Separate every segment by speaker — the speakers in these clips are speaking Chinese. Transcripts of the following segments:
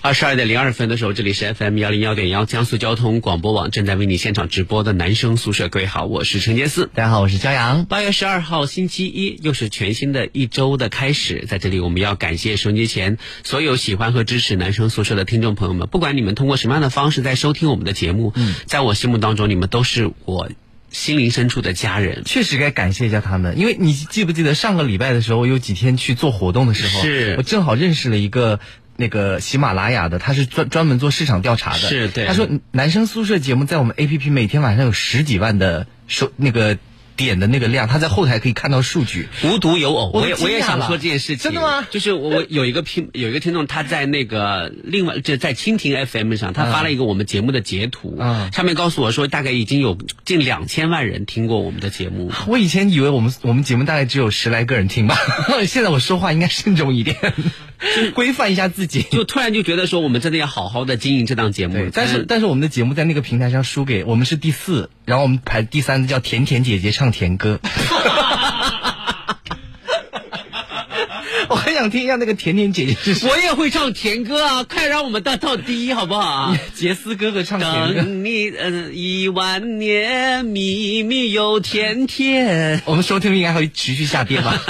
Speaker 1: 二十二点零二分的时候，这里是 FM 幺零幺点幺江苏交通广播网正在为你现场直播的男生宿舍。各位好，我是陈杰斯，
Speaker 2: 大家好，我是骄阳。
Speaker 1: 八月十二号星期一，又是全新的一周的开始，在这里我们要感谢收音机前所有喜欢和支持男生宿舍的听众朋友们，不管你们通过什么样的方式在收听我们的节目，嗯、在我心目当中，你们都是我。心灵深处的家人，
Speaker 2: 确实该感谢一下他们，因为你记不记得上个礼拜的时候，有几天去做活动的时候，
Speaker 1: 是
Speaker 2: 我正好认识了一个那个喜马拉雅的，他是专专门做市场调查的，
Speaker 1: 是对。
Speaker 2: 他说男生宿舍节目在我们 A P P 每天晚上有十几万的收那个点的那个量，他在后台可以看到数据。
Speaker 1: 无独有偶，我也
Speaker 2: 我
Speaker 1: 也想说这件事情，
Speaker 2: 真的吗？
Speaker 1: 就是我我有一个听有一个听众，他在那个另外就在蜻蜓 F M 上，他发了一个我们节目的截图，
Speaker 2: 嗯
Speaker 1: 上面告诉我说大概已经有近两千万人听过我们的节 目。
Speaker 2: 我以前以为我们我们节目大概只有十来个人听吧， 现在我说话应该慎重 一点，规范一下自己。
Speaker 1: 就突然就觉得说，我们真的要好好的经营这档节目
Speaker 2: 对，。
Speaker 1: 嗯
Speaker 2: 但是但是我们的节目在那个平台上输给我们是第四，然后我们排第三的叫甜甜姐姐唱甜 歌。我很想听一下那个甜甜姐姐是谁。
Speaker 1: 我也会唱甜歌啊，快让我们当到第一好不好 啊？
Speaker 2: 杰斯哥哥唱甜歌，
Speaker 1: 等你嗯一万年，秘密又甜甜。
Speaker 2: 我们收听率应该会持续下跌吧。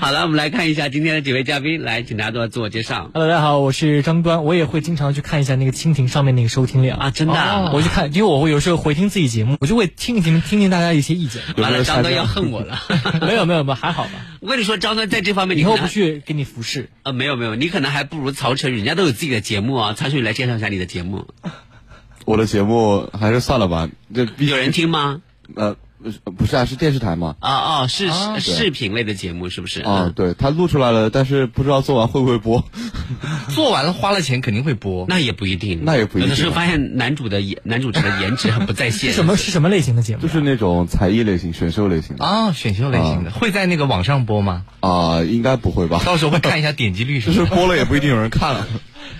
Speaker 1: 好了，我们来看一下今天的几位嘉宾，来，请大家都要自我介绍
Speaker 3: Hello，大家好，我是张端，我也会经常去看一下那个蜻蜓上面那个收听量
Speaker 1: 啊，。真的啊、
Speaker 3: 我去看，因为我会有时候回听自己节目，我就会听一听听听大家一些意见。
Speaker 1: 完 了，张端要恨我了。
Speaker 3: 没有没有没有，还 好吧。
Speaker 1: 我跟你说，张端在这方面你
Speaker 3: 以
Speaker 1: 可
Speaker 3: 后
Speaker 1: 能
Speaker 3: 不去给你服侍，
Speaker 1: 呃没有没有，你可能还不如曹晨宇，人家都有自己的节目啊。曹晨宇来介绍一下你的节目，
Speaker 4: 我的节目还是算了吧，这毕
Speaker 1: 有人听吗？
Speaker 4: 呃不是啊，是电视台嘛。
Speaker 1: 啊哦，是、
Speaker 2: 啊
Speaker 1: 是视频类的节目是不是？
Speaker 4: 啊，
Speaker 1: 嗯，
Speaker 4: 对，他录出来了，但是不知道做完会不会播。
Speaker 2: 做完了花了钱肯定会播。
Speaker 1: 那也不一定，
Speaker 4: 那也不一
Speaker 1: 有
Speaker 4: 定
Speaker 1: 的时候发现男主的颜男主持的颜值还不在线。
Speaker 3: 是什么是什么类型的节目？
Speaker 4: 就是那种才艺类型、选秀类型的
Speaker 2: 啊、选秀类型的、会在那个网上播吗？
Speaker 4: 啊，应该不会吧？
Speaker 2: 到时候会看一下点击率
Speaker 4: 就是是
Speaker 2: 吗？
Speaker 4: 播了也不一定有人看了。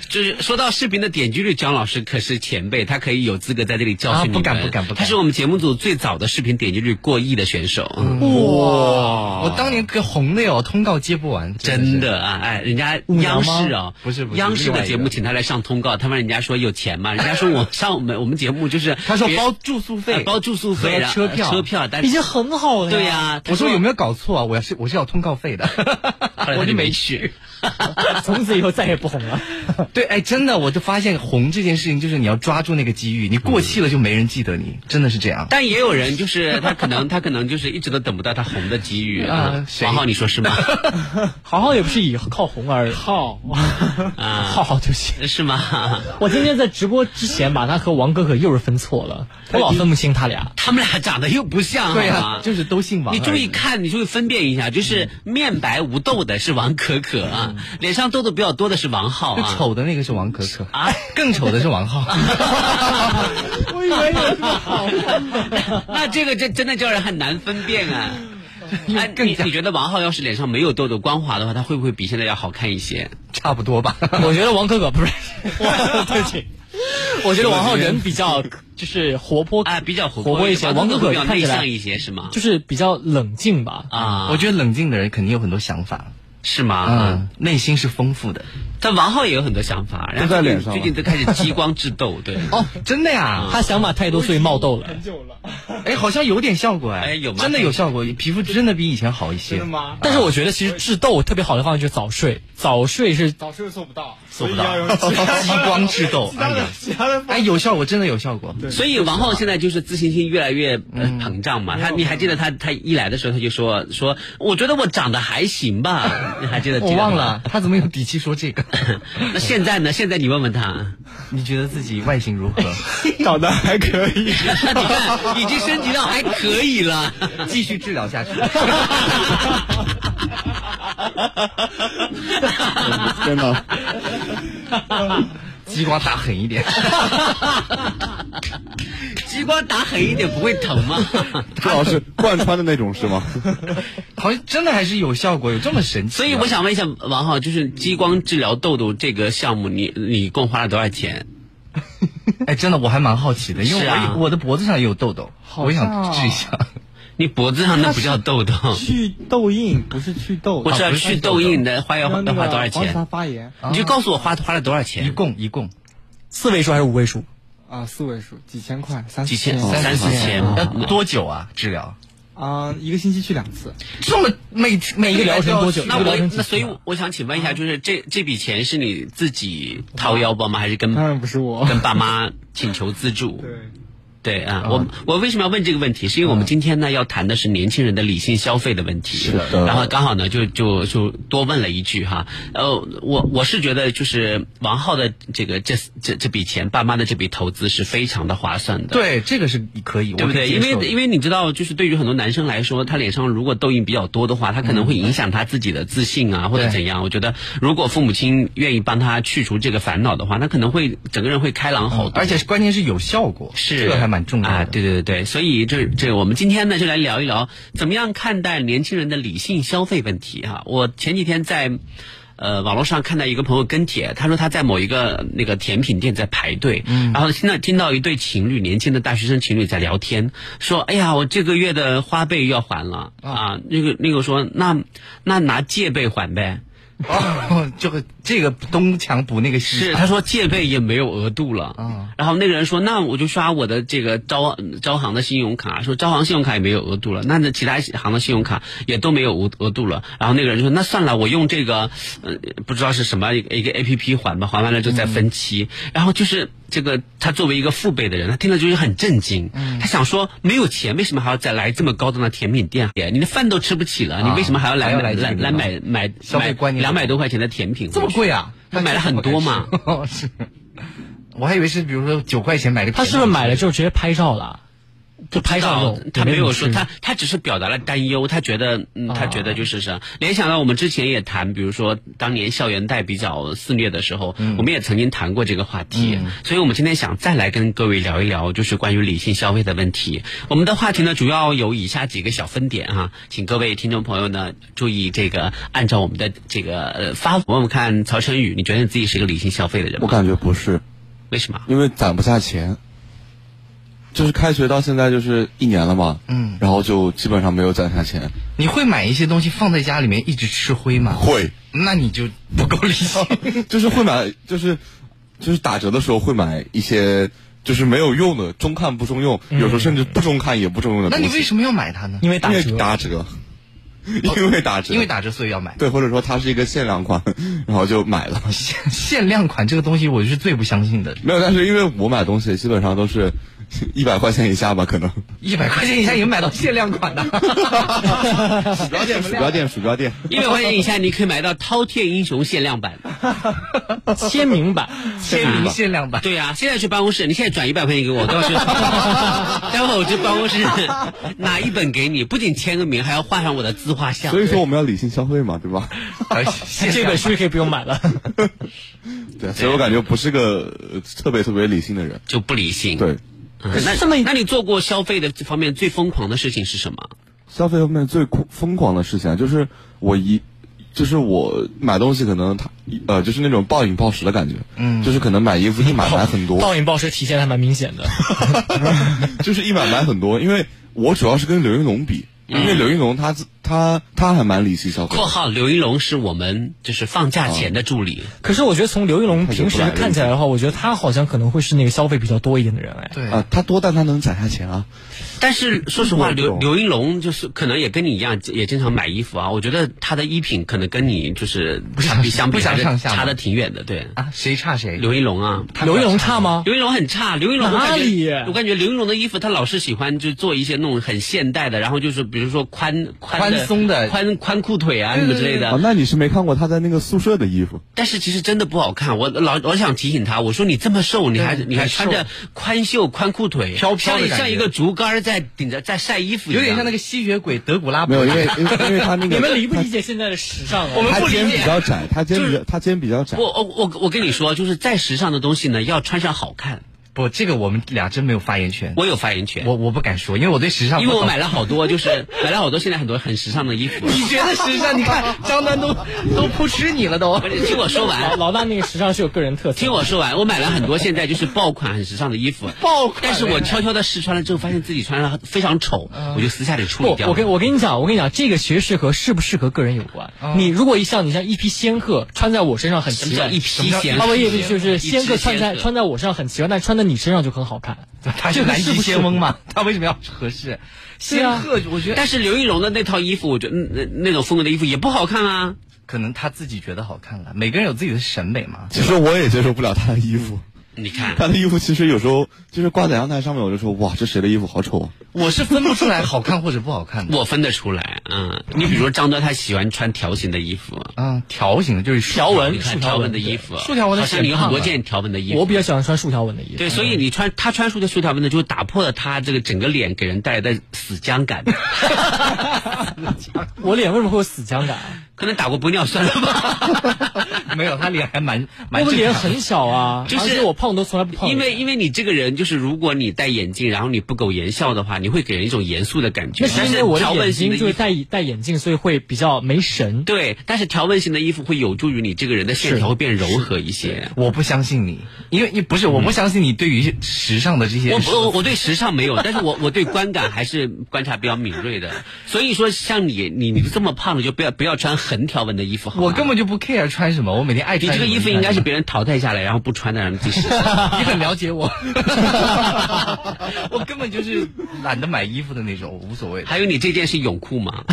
Speaker 1: 就是说到视频的点击率，张老师可是前辈，他可以有资格在这里教训你
Speaker 2: 啊
Speaker 1: 们。
Speaker 2: 不敢不敢不敢
Speaker 1: 他是我们节目组最早的视频点击率过亿的选手，嗯、
Speaker 2: 哇！我当年可红的哟，通告接不完，
Speaker 1: 啊真
Speaker 2: 是
Speaker 1: 的啊！哎，人家
Speaker 3: 舞
Speaker 1: 央
Speaker 3: 娘吗
Speaker 1: 视啊，
Speaker 2: 不是不是
Speaker 1: 央视
Speaker 2: 另
Speaker 1: 的
Speaker 2: 外一
Speaker 1: 节目，
Speaker 2: 个
Speaker 1: 请他来上通告，他们人家说有钱嘛，人家说我 上我们我们节目就是
Speaker 2: 他说
Speaker 1: 别
Speaker 2: 包住宿费
Speaker 1: 呃包住宿费、
Speaker 2: 和
Speaker 1: 然后
Speaker 2: 车票
Speaker 1: 车票，但
Speaker 3: 已
Speaker 1: 是
Speaker 3: 经很好了。
Speaker 1: 对呀、，他
Speaker 2: 我说有没有搞错啊？我要是我是要通告费 的，
Speaker 1: 后
Speaker 2: 我
Speaker 1: 来他
Speaker 2: 就
Speaker 1: 就
Speaker 2: 没
Speaker 1: 哎没。去。
Speaker 3: 从此以后再也不红了。
Speaker 2: 对，哎，真的，我就发现红这件事情，就是你要抓住那个机遇，你过气了就没人记得你，真的是这样。
Speaker 1: 但也有人就是他可能他可能就是一直都等不到他红的机遇啊
Speaker 2: 啊。谁
Speaker 1: 王浩，你说是吗？
Speaker 3: 好好也不是以靠红而 靠，
Speaker 1: 啊
Speaker 3: 好好就行。
Speaker 1: 是吗？
Speaker 3: 我今天在直播之前把他和王可可又是分错了，我老分不清他俩。
Speaker 1: 他们俩长得又不像，
Speaker 2: 对
Speaker 1: 呀、
Speaker 2: 啊，就是嗯都姓王而已。
Speaker 1: 你注意看，你就会分辨一下，就是面白无痘的是王可可啊，脸上痘痘比较多的是王浩
Speaker 2: 就
Speaker 1: 啊。
Speaker 2: 嗯丑的那个是王可可
Speaker 1: 啊，
Speaker 2: 更丑的是王浩。
Speaker 3: 我以为有什么好看的。
Speaker 1: 那这个这真的叫人很难分辨啊。哎，
Speaker 2: 更
Speaker 1: 你
Speaker 2: 加
Speaker 1: 你觉得王浩要是脸上没有痘痘光滑的话，他会不会比现在要好看一些？
Speaker 2: 差不多吧。
Speaker 3: 我觉得王可可不是， 对不起，我觉得王浩人比较就是活泼
Speaker 1: 啊，比较活
Speaker 3: 活泼一些，王
Speaker 1: 可
Speaker 3: 可
Speaker 1: 可
Speaker 3: 可
Speaker 1: 比较
Speaker 3: 看
Speaker 1: 内
Speaker 3: 起
Speaker 1: 向
Speaker 3: 来
Speaker 1: 一些是吗？
Speaker 3: 就是比较冷静吧。
Speaker 1: 啊，
Speaker 2: 我觉得冷静的人肯定有很多想法，
Speaker 1: 是吗？
Speaker 2: 嗯，内心是丰富的。
Speaker 1: 但王浩也有很多想法，然后
Speaker 4: 在脸上
Speaker 1: 最近都开始激光智斗，对。
Speaker 2: 哦，真的
Speaker 1: 嗯
Speaker 2: 呀？
Speaker 3: 他想法太多，所以冒痘了。
Speaker 2: 哎，好像有点效果哎，
Speaker 1: 哎有吗
Speaker 2: 真的有效果，皮肤真的比以前好一些。真的吗？
Speaker 3: 但是我觉得其实治痘特别好的方法就是早睡，早睡是
Speaker 5: 早睡做不到，
Speaker 2: 做不
Speaker 5: 所以要
Speaker 2: 到，
Speaker 5: 用其他
Speaker 2: 啊激光智斗，
Speaker 5: 其他
Speaker 2: 哎
Speaker 5: 的
Speaker 2: 呀，
Speaker 5: 其他的
Speaker 2: 哎，有效果，真的有效果。
Speaker 1: 所以王浩现在就是自信心越来越呃膨胀嘛。他你还记得他他一来的时候他就说说，我觉得我长得还行吧，你还记得？
Speaker 2: 我
Speaker 1: 记得吗
Speaker 2: 忘。了他怎么有底气说这个？
Speaker 1: 那现在呢？现在你问问他，
Speaker 2: 你觉得自己外形如何？
Speaker 5: 搞得还可以。
Speaker 1: 那 你看已经升级到还可以了。
Speaker 2: 继续治疗 下去。
Speaker 4: 天哪！
Speaker 2: 激光打狠一点，
Speaker 1: 激激光打狠一点不会疼吗？
Speaker 4: 朱老师贯穿的那种是吗？
Speaker 2: 好像真的还是有效果，有这么神奇啊、
Speaker 1: 所以我想问一下王浩，就是激光治疗痘痘这个项目你，你一共花了多少钱？
Speaker 2: 哎，真的我还蛮好奇的，因为
Speaker 1: 是
Speaker 2: 我、
Speaker 1: 啊
Speaker 2: 我的脖子上也有痘痘，我也
Speaker 3: 像
Speaker 2: 想
Speaker 3: 啊
Speaker 2: 治一下。
Speaker 1: 你脖子上那不叫痘痘，
Speaker 5: 去痘印不是去痘，
Speaker 1: 不是去痘印的花要花
Speaker 5: 那
Speaker 1: 要
Speaker 5: 个
Speaker 1: 花多少
Speaker 5: 防止它
Speaker 1: 钱？
Speaker 5: 发炎
Speaker 1: 你就告诉我花花了多少
Speaker 2: 一
Speaker 1: 钱？
Speaker 2: 共一共
Speaker 3: 四位数还是五位数？
Speaker 5: 啊，四位数，几千块，三
Speaker 1: 几
Speaker 5: 四
Speaker 1: 千
Speaker 5: 千
Speaker 2: 哦
Speaker 1: 三四千
Speaker 2: 要
Speaker 1: 嗯
Speaker 2: 多久啊？治疗
Speaker 5: 啊，一个星期去两次，
Speaker 2: 这么每每个
Speaker 3: 疗程多久
Speaker 1: 那
Speaker 3: 一个
Speaker 1: 我
Speaker 3: 疗程几
Speaker 1: 那所以我我想请问一下，就是这这笔钱是你自己掏腰包吗？还是跟
Speaker 5: 当然不是我。
Speaker 1: 跟爸妈请求资助？
Speaker 5: 对，
Speaker 1: 对啊，我我为什么要问这个问题？是因为我们今天呢要谈的是年轻人的理性消费的问题。是
Speaker 4: 的
Speaker 1: 然后刚好呢就就就多问了一句哈，呃，我我是觉得就是王浩的这个这这这笔钱，爸妈的这笔投资是非常的划算的。。
Speaker 2: 对，这个是可以，
Speaker 1: 对不对？因为因
Speaker 2: 为
Speaker 1: 为你知道，就是对于很多男生来说，他脸上如果痘印比较多的话，他可能会影响他自己的自信啊，或者
Speaker 2: 对
Speaker 1: 怎样。我觉得，如果父母亲愿意帮他去除这个烦恼的话，他可能会整个人会开朗好多。
Speaker 2: 嗯而且是关键是有效果，
Speaker 1: 是
Speaker 2: 这个还蛮重要的。
Speaker 1: 啊，对对对对，所以这这我们今天呢就来聊一聊怎么样看待年轻人的理性消费问题哈、我前几天在。呃，网络上看到一个朋友跟帖，他说他在某一个那个甜品店在排队，
Speaker 2: 嗯
Speaker 1: 然后听到听到一对情侣，年轻的大学生情侣在聊天，说：“哎呀，我这个月的花呗要还了
Speaker 2: 哦
Speaker 1: 啊。”那个那个说：“那那拿借呗还呗。”
Speaker 2: 哦， 这个这个东墙补那个西
Speaker 1: 啊是，他说借呗也没有额度了。
Speaker 2: 嗯
Speaker 1: 然后那个人说，那我就刷我的这个招招行的信用卡，说招行信用卡也没有额度了，那那其他行的信用卡也都没有额额度了。然后那个人说，那算了，我用这个，呃，不知道是什么一个一个 A P P 还吧，还完了就再分期。然后就是这个，他作为一个父辈的人，他听了就是很震惊，
Speaker 2: 嗯
Speaker 1: 他想说，没有钱为什么还要再来这么高档的甜品店？你的饭都吃不起了，你为什么还要来
Speaker 2: 还要来
Speaker 1: 来
Speaker 2: 这个
Speaker 1: 来
Speaker 2: 地
Speaker 1: 来
Speaker 2: 方
Speaker 1: 买买
Speaker 2: 消费观念
Speaker 1: 两百多块钱的甜品？
Speaker 2: 这么贵啊？
Speaker 1: 他买了很多嘛
Speaker 2: 那这个不敢吃？ 哦，是。我还以为是比如说九块钱买的，
Speaker 3: 他是不是买了之后直接拍照了？就拍照
Speaker 1: 到
Speaker 3: 用，
Speaker 1: 他
Speaker 3: 给
Speaker 1: 没有
Speaker 3: 你
Speaker 1: 说
Speaker 3: 吃
Speaker 1: 他他只是表达了担忧，他觉得嗯，他觉得就是啥，联想到我们之前也谈，比如说当年校园贷比较肆虐的时候，我们也曾经谈过这个话题，所以我们今天想再来跟各位聊一聊，就是关于理性消费的问题。我们的话题呢，主要有以下几个小分点啊，请各位听众朋友呢注意这个，按照我们的这个呃发，我们看曹晨宇，你觉得你自己是一个理性消费的人
Speaker 4: 我
Speaker 1: 吗？
Speaker 4: 感觉不是，
Speaker 1: 为什么？
Speaker 4: 因为攒不下钱。就是开学到现在就是一年了嘛，
Speaker 2: 嗯
Speaker 4: 然后就基本上没有攒下钱。
Speaker 2: 你会买一些东西放在家里面一直吃灰吗？
Speaker 4: 会，
Speaker 2: 那你就不够理
Speaker 1: 哦
Speaker 2: 性。
Speaker 4: 就是会买，就是就是打折的时候会买一些就是没有用的，中看不中用，有时候甚至不中看也不中用的
Speaker 2: 嗯那
Speaker 4: 东西。
Speaker 2: 你为什么要买它呢？
Speaker 3: 因为打
Speaker 4: 因
Speaker 3: 折
Speaker 4: 为。打折，因为打折，
Speaker 2: 因为打折所以要买。
Speaker 4: 对，或者说它是一个限量款， 然后就买了。
Speaker 2: 限限量款这个东西我是最不相信的，
Speaker 4: 没有，但是因为我买东西基本上都是 一百块钱以下吧，可能。
Speaker 2: 一百块钱以下也买到限量款 的。
Speaker 4: 鼠标店，鼠标店，鼠标店。
Speaker 1: 一百块钱以下，你可以买到《饕餮英雄》限量版。
Speaker 3: 签名版，
Speaker 2: 签名限量版，
Speaker 1: 对呀、现在去办公室，你现在转一百块钱给我，我都要去。待会儿我去办公室 拿一本给你，不仅签个名，还要画上我的自画像
Speaker 4: 所。以说我们要理性消费嘛，对吧？
Speaker 2: 而且
Speaker 3: 这本书可以不用买了。
Speaker 4: 对，所以我感觉不是个呃特别特别理性的人。
Speaker 1: 就不理性。
Speaker 4: 对，
Speaker 1: 嗯，那
Speaker 3: 这么一
Speaker 1: 那你做过消费的这方面最疯狂的事情是什么？
Speaker 4: 消费方面最狂疯狂的事情啊，就是我一，就是我买东西可能它呃就是那种暴饮暴食的感觉，嗯，就是可能买衣服一买买很多，
Speaker 3: 暴饮暴食体现得还蛮明显的。
Speaker 4: 就是一买买很多，因为我主要是跟刘云龙比，因为刘云龙他自他他还蛮理性消费的
Speaker 1: 括，号刘一龙是我们就是放假前的助理，
Speaker 3: 可是我觉得从刘玉龙平时看起来的话，我觉得他好像可能会是那个消费比较多一点的人哎。
Speaker 2: 对
Speaker 4: 啊，他多但他能攒下钱啊，
Speaker 1: 但是说实话，
Speaker 4: 嗯
Speaker 1: 刘
Speaker 4: 懂
Speaker 1: 刘一龙就是可能也跟你一样，也经常买衣服啊。我觉得他的衣品可能跟你就是相比相比
Speaker 2: 不相
Speaker 1: 还是
Speaker 2: 上下
Speaker 1: 差
Speaker 2: 嘛
Speaker 1: 的挺远的。对，
Speaker 2: 啊，谁差谁？
Speaker 1: 刘一龙啊，
Speaker 3: 刘玉龙差吗？
Speaker 1: 刘云龙很差，刘云龙我感
Speaker 3: 哪里
Speaker 1: 觉，我感觉刘云龙的衣服，他老是喜欢就做一些那种很现代的，然后就是比如说宽宽的
Speaker 2: 宽松的嗯
Speaker 1: 宽宽裤腿啊什么之类
Speaker 4: 啊，
Speaker 1: 的。
Speaker 4: 那你是没看过他在那个宿舍的衣服，
Speaker 1: 但是其实真的不好看，我老老想提醒他，我说你这么瘦，你还
Speaker 2: 对
Speaker 1: 你还
Speaker 2: 很
Speaker 1: 穿着宽袖宽裤腿，
Speaker 2: 飘飘的
Speaker 1: 像
Speaker 2: 感觉
Speaker 1: 像一个竹竿在顶着在晒衣服一
Speaker 2: 有
Speaker 1: 样，
Speaker 2: 点像那个吸血鬼德古拉
Speaker 4: 没有，因为因为因为他那个
Speaker 3: 你们理不理解现在的时尚啊？我
Speaker 4: 他肩比较窄，他肩比
Speaker 1: 就
Speaker 4: 较他肩比较窄，
Speaker 1: 我我我我跟你说，就是再时尚的东西呢，要穿上好看。
Speaker 2: 不，这个我们俩真没有发言权。
Speaker 1: 我有发言权，
Speaker 2: 我我不敢说，因为我对时尚不
Speaker 1: 因
Speaker 2: 懂，
Speaker 1: 为我买了好多，就是买了好多现在很多很时尚的 衣服。
Speaker 2: 你觉得时尚？你 看张丹都都扑哧你了都
Speaker 1: 不。是，听我说
Speaker 3: 老
Speaker 1: 完，
Speaker 3: 老大那个时尚是有个人特色的，
Speaker 1: 听我说完，我买了很多现在就是爆款、很时尚的衣服，
Speaker 2: 爆款
Speaker 1: 但是我悄悄的试穿了之后，发现自己穿上非常丑，我就私下里处理
Speaker 3: 不，
Speaker 1: 掉了。
Speaker 3: 我跟我跟你讲，我跟你讲，这个其实是和适不适合个人有关。你如果一像你像一批仙客穿在我身上很
Speaker 1: 哦什
Speaker 3: 奇
Speaker 1: 么叫
Speaker 3: 怪，啊
Speaker 1: 一批仙
Speaker 3: 他
Speaker 1: 客？
Speaker 3: 们意思就是
Speaker 1: 一只
Speaker 3: 仙客穿在
Speaker 1: 仙
Speaker 3: 穿在我身上很奇怪，但穿在你身上就很好看。
Speaker 2: 他是南极仙翁嘛， 他为什么要合适？
Speaker 3: 对
Speaker 2: 仙
Speaker 3: 啊
Speaker 2: 鹤，我觉得
Speaker 1: 但是刘亦蓉的那套衣服，我觉得嗯那那种风格的衣服也不好看啊。
Speaker 2: 可能他自己觉得好看了，每个人有自己的审美嘛。
Speaker 4: 其实我也接受不了他的衣服，
Speaker 1: 你看，
Speaker 4: 他的衣服其实有时候就是挂在阳台上面，我就说哇，这谁的衣服好丑啊！
Speaker 2: 我是分不出来好看或者不好看的。
Speaker 1: 我分得出来，嗯，你比如说张端，他喜欢穿条形的衣服，
Speaker 2: 嗯，条形的就是条
Speaker 1: 你看条纹的衣服，
Speaker 2: 竖条纹的
Speaker 1: 好像你有很多
Speaker 2: 显
Speaker 1: 件条纹的衣服，
Speaker 3: 我比较喜欢穿竖条纹的衣服。
Speaker 1: 对，所以你穿他穿出的竖条纹的，就打破了他这个整个脸给人带来的死僵感，
Speaker 3: 我脸为什么会有死僵感啊？
Speaker 1: 可能打过玻尿酸了 吧。
Speaker 2: 没有，他脸还 蛮蛮
Speaker 3: 我
Speaker 2: 正
Speaker 3: 脸
Speaker 2: 常的
Speaker 3: 很小啊，
Speaker 1: 就是
Speaker 3: 而且我胖都从来不胖。
Speaker 1: 因为因为你这个人就是，如果你戴眼镜，然后你不苟言笑的话，你会给人一种严肃的感觉。
Speaker 3: 那是因为
Speaker 1: 但
Speaker 3: 我的
Speaker 1: 条
Speaker 3: 眼
Speaker 1: 纹型
Speaker 3: 睛
Speaker 1: 的
Speaker 3: 就是
Speaker 1: 衣服，
Speaker 3: 戴戴眼镜，所以会比较没神。
Speaker 1: 对，但是条纹型的衣服会有助于你这个人的线条会变柔和一些。
Speaker 2: 我不相信你，因为你不是，我不相信你对于时尚的这些
Speaker 1: 我
Speaker 2: 说
Speaker 1: 我我对时尚没有，但是我我对观感还是观察比较敏锐的。所以说，像你你你这么胖的，就不要不要穿横条纹的衣服好吗。
Speaker 2: 我根本就不 care 穿什么，我每天爱
Speaker 1: 你
Speaker 2: 穿
Speaker 1: 这
Speaker 2: 什么。
Speaker 1: 个衣服应该是别人淘汰下来，然后不穿的，然后自己 试穿。
Speaker 2: 你很了解我，我根本就是懒得买衣服的那种，我无所谓的。
Speaker 1: 还有你这件是泳裤吗？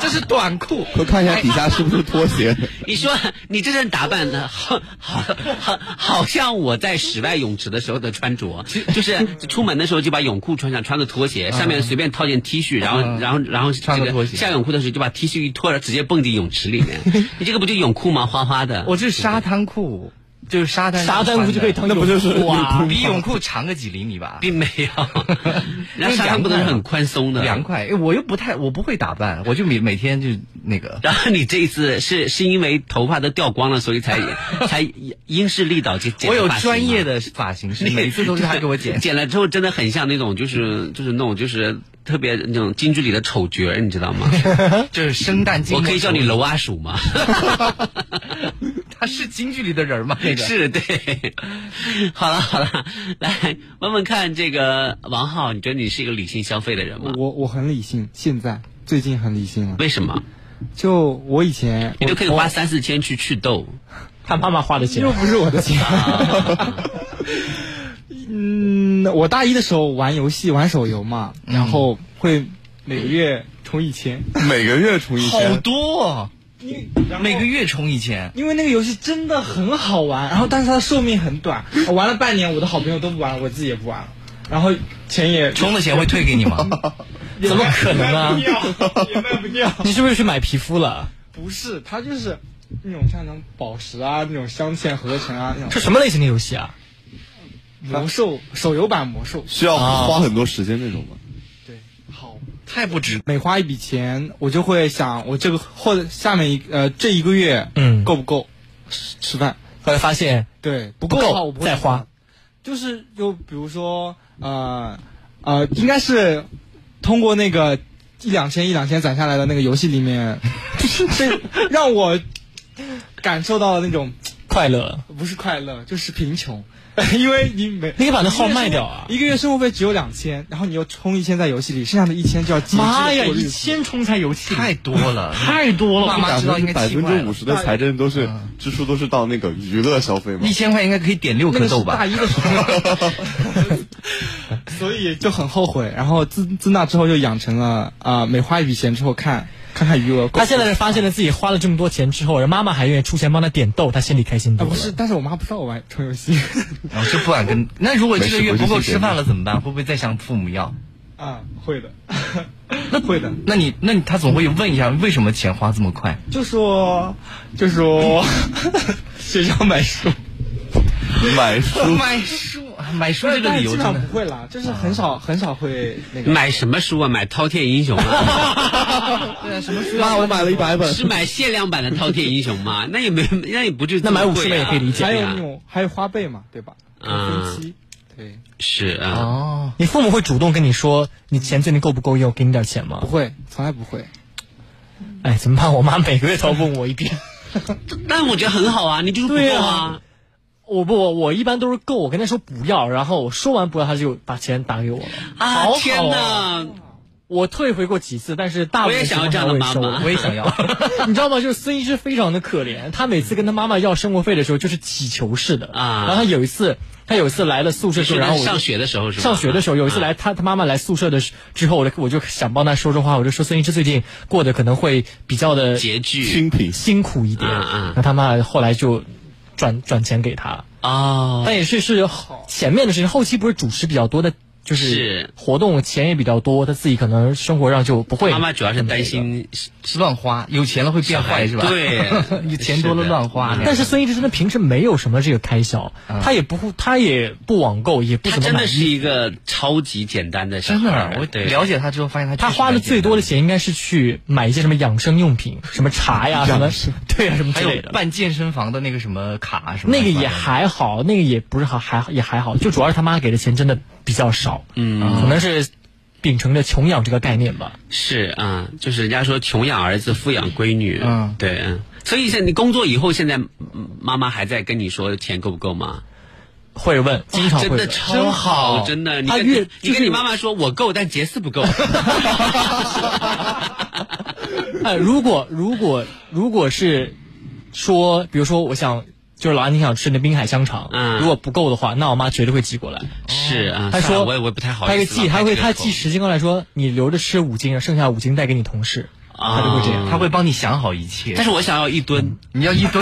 Speaker 2: 这是短裤，
Speaker 4: 快哎看一下底下是不是拖鞋？
Speaker 1: 你说你这身打扮的，好好好，好像我在室外泳池的时候的穿着，就是出门的时候就把泳裤穿上，穿个拖鞋，上面随便套件 T 恤，然后然后然后
Speaker 2: 嗯穿个
Speaker 1: 这
Speaker 2: 拖鞋
Speaker 1: 下泳裤的时候就把 T 恤一脱了，直接蹦进泳池 里面。你这个不就泳裤吗？花花的。
Speaker 2: 我这是沙滩裤，就是沙滩
Speaker 3: 沙滩裤就可以 当
Speaker 4: 那不就是
Speaker 3: 泳裤啊？
Speaker 2: 比泳裤长个几厘米吧。
Speaker 1: 并没 有，然后沙滩不都是很宽松的，
Speaker 2: 凉快，哎我又不太，我不会打扮，我就每每天就那个，
Speaker 1: 然后你这一次是是因为头发都掉光了，所以才才因势利导去剪
Speaker 2: 我有
Speaker 1: 发型
Speaker 2: 专业
Speaker 1: 吗。
Speaker 2: 的发型师，
Speaker 1: 你
Speaker 2: 每次都是他给我剪。
Speaker 1: 剪了之后真的很像那种，就是就是那种就是特别那种京剧里的丑角，你知道吗？
Speaker 2: 就是生旦净
Speaker 1: 我
Speaker 2: 末丑
Speaker 1: 可以叫你娄阿鼠吗？
Speaker 2: 他是京剧里的人吗？那个
Speaker 1: 是对。好了好了，来问问看这个王浩，你觉得你是一个理性消费的人吗？
Speaker 5: 我我很理性，现在最近很理性了。
Speaker 1: 啊为什么？
Speaker 5: 就我以前
Speaker 1: 你都可以
Speaker 5: 我
Speaker 1: 花三四千去祛痘，
Speaker 3: 看妈妈花的钱
Speaker 5: 又。不是我的钱。 嗯，我大一的时候玩游戏，玩手游嘛，然后会每个月充一千，
Speaker 4: 每个月充一
Speaker 2: 好
Speaker 4: 千，
Speaker 2: 多、哦，每个月充一千。
Speaker 5: 因为那个游戏真的很好玩，然后但是它的寿命很短，我玩了半年，我的好朋友都不玩了，我自己也不玩了，然后钱也
Speaker 2: 充的钱会退给你吗？
Speaker 5: 怎
Speaker 3: 么可能啊
Speaker 5: 也卖不掉，也卖不掉。
Speaker 3: 你是不是去买皮肤了？
Speaker 5: 不是，它就是那种像那种宝石啊，那种镶嵌合成啊，那种
Speaker 3: 是什么类型的游戏啊？
Speaker 5: 魔兽手游版魔兽，
Speaker 4: 需要花很多时间那种 吗？
Speaker 5: 对，好
Speaker 2: 太不值。
Speaker 5: 每花一笔钱，我就会想，我这个或者下面一呃这一个月，
Speaker 3: 嗯
Speaker 5: 够不够吃吃饭？
Speaker 3: 后来发现
Speaker 5: 对，不
Speaker 3: 不
Speaker 5: 够的话
Speaker 3: 够
Speaker 5: 我不会
Speaker 3: 再
Speaker 5: 吃
Speaker 3: 花
Speaker 5: 饭。，就是就比如说呃呃，应该是通过那个一两千一两千攒下来的那个游戏里面， 这让我感受到了那种
Speaker 3: 快乐。
Speaker 5: 不是快乐，就是 贫穷，因为你每
Speaker 3: 你可以把那号卖掉啊！
Speaker 5: 一个月生活费只有两千，然后你又充一千在游戏里，剩下的一千就要节制地
Speaker 3: 妈呀，
Speaker 5: 过日
Speaker 3: 一
Speaker 5: 子
Speaker 3: 千充才游戏，
Speaker 2: 太多 了，
Speaker 3: 太多
Speaker 2: 妈
Speaker 3: 了。
Speaker 2: 妈
Speaker 4: 百
Speaker 2: 知道
Speaker 4: 分
Speaker 2: 应
Speaker 4: 之
Speaker 2: 该
Speaker 4: 百
Speaker 2: 气
Speaker 4: 分
Speaker 2: 坏
Speaker 4: 之五
Speaker 2: 了。
Speaker 4: 十的财政都是支出都是到那个娱乐消费嘛
Speaker 2: 一。千块应该可以点六
Speaker 5: 那
Speaker 2: 颗
Speaker 5: 个是
Speaker 2: 豆
Speaker 5: 大
Speaker 2: 吧？
Speaker 5: 一的时候， 所以就很后悔。然后自自那之后就养成了啊、每花一笔钱之后看看看余额够不够。
Speaker 3: 他现在是发现了自己花了这么多钱之后，人妈妈还愿意出钱帮他点豆，他心里开心
Speaker 5: 啊
Speaker 3: 多了。
Speaker 5: 不是，但是我妈不知道我玩充游戏
Speaker 2: 我哦就不敢跟。那如果这个月不够
Speaker 4: 没事
Speaker 2: 吃饭了怎么办？会不会再向父母要？
Speaker 5: 啊，会的， 会的。
Speaker 2: 那你那你他总会问一下为什么钱花这么快？
Speaker 5: 就说就 说学校买书，
Speaker 4: 买书
Speaker 2: 买书，买书这个理由
Speaker 5: 基本
Speaker 2: 真
Speaker 5: 上
Speaker 2: 的
Speaker 5: 不会啦，就是很少很少会 那个。
Speaker 1: 买什么书啊？买《饕餮英雄》啊？
Speaker 2: 对啊，什么书
Speaker 4: 妈，我买了一百本，
Speaker 1: 是买限量版的《饕餮英雄》吗？那也没，那也不至于这么
Speaker 3: 那买50
Speaker 1: 贵啊
Speaker 3: 本也可以理解
Speaker 1: 对
Speaker 5: 还有
Speaker 1: 啊
Speaker 5: 那种还有花呗嘛，对吧？
Speaker 1: 嗯
Speaker 5: 分期，对，
Speaker 1: 是啊，
Speaker 2: 哦，
Speaker 3: 你父母会主动跟你说你钱最近够不够用，给你点钱
Speaker 5: 不
Speaker 3: 吗？
Speaker 5: 会，从来不会。
Speaker 3: 哎，怎么办？我妈每个月都要问我一遍。
Speaker 1: 但我觉得很好啊，你就是不
Speaker 3: 对
Speaker 1: 够
Speaker 3: 啊。 我不，我我一般都是够，我跟她说不要，然后我说完不要，她就把钱打给我了。
Speaker 1: 啊！
Speaker 3: 好好哦
Speaker 1: 天
Speaker 3: 哪！
Speaker 1: 哪，
Speaker 3: 我退回过几次，但是大部分
Speaker 1: 我也想要
Speaker 3: 情况
Speaker 1: 这样的
Speaker 3: 下
Speaker 1: 妈
Speaker 3: 我也收
Speaker 1: 妈
Speaker 3: 了
Speaker 2: 我也想要。
Speaker 3: 你知道吗？就是孙医师非常的可怜，他每次跟他妈妈要生活费的时候，就是乞求式的
Speaker 1: 啊
Speaker 3: 然后他有一次，他有一次来了宿舍之后，然后我就
Speaker 1: 上学的时候是吧？
Speaker 3: 上学的时候，有一次
Speaker 1: 啊
Speaker 3: 来他他妈妈来宿舍的时之后，我就我就想帮他说说话，我就说孙医师最近过得可能会比较的
Speaker 1: 拮据
Speaker 4: 清 贫。
Speaker 3: 辛苦一点，
Speaker 1: 啊啊
Speaker 3: 然后他妈后来就转转钱给他，
Speaker 1: 哦，
Speaker 3: 但也是是前面的事情，后期不是主持比较多的，就是是活动钱也比较多，他自己可能生活上就不会。
Speaker 1: 妈妈主要是担心
Speaker 2: 乱花，有钱了会变坏是吧？
Speaker 1: 对
Speaker 2: 你钱多了乱花。
Speaker 3: 但是孙艺珍真的平时没有什么这个开销，他也不他也不网购，也不
Speaker 1: 他
Speaker 3: 怎么
Speaker 1: 真
Speaker 3: 买
Speaker 1: 的是
Speaker 3: 衣服。
Speaker 1: 一个超级简单的小
Speaker 2: 真
Speaker 1: 孩
Speaker 2: 的
Speaker 3: 啊
Speaker 1: 儿，，
Speaker 2: 我
Speaker 1: 对
Speaker 2: 了解他之后发现他
Speaker 3: 他
Speaker 2: 确实
Speaker 3: 花的
Speaker 2: 蛮简
Speaker 3: 最多的
Speaker 2: 单，
Speaker 3: 钱应该是去买一些什么养生用品，什么茶呀，什么
Speaker 4: 养生
Speaker 3: 对呀，啊什么
Speaker 2: 还
Speaker 3: 之类
Speaker 2: 有
Speaker 3: 的。
Speaker 2: 办健身房的那个什么卡什么
Speaker 3: 那
Speaker 2: 乱
Speaker 3: 个
Speaker 2: 七八糟的，
Speaker 3: 也还好，那个也不是好，还也还好，就主要是他妈给的钱真的比较少，嗯，可能是秉承着穷养这个概念吧。
Speaker 1: 是啊，就是人家说穷养儿子，富养闺女，
Speaker 2: 嗯
Speaker 1: 对，嗯所以现在你工作以后，现在嗯妈妈还在跟你说钱够不够吗？
Speaker 3: 会问，经常会
Speaker 1: 真的
Speaker 3: 问，
Speaker 1: 超好，真的，你
Speaker 3: 他
Speaker 1: 跟
Speaker 3: 越
Speaker 1: 你你
Speaker 3: 就是
Speaker 1: 跟你妈妈说我够，但杰斯 不够，
Speaker 3: 哎，如果如果如果是说，比如说我想。就是老安，你想吃那滨海香肠，
Speaker 1: 嗯
Speaker 3: 如果不够的话，那我妈绝对会寄过来。
Speaker 1: 是啊，
Speaker 3: 她
Speaker 1: 算了
Speaker 3: 说，
Speaker 1: 我也我也不太好
Speaker 3: 她
Speaker 1: 意
Speaker 3: 会
Speaker 1: 思老
Speaker 3: 寄，她
Speaker 1: 开
Speaker 3: 会
Speaker 1: 这个
Speaker 3: 她
Speaker 1: 口
Speaker 3: 寄十斤过来说，你留着吃五斤，剩下五斤带给你同事。
Speaker 1: 啊，
Speaker 3: 就会这样
Speaker 2: 他会帮你想好一切。
Speaker 1: 但是我想要一吨，
Speaker 2: 你要一 啊堆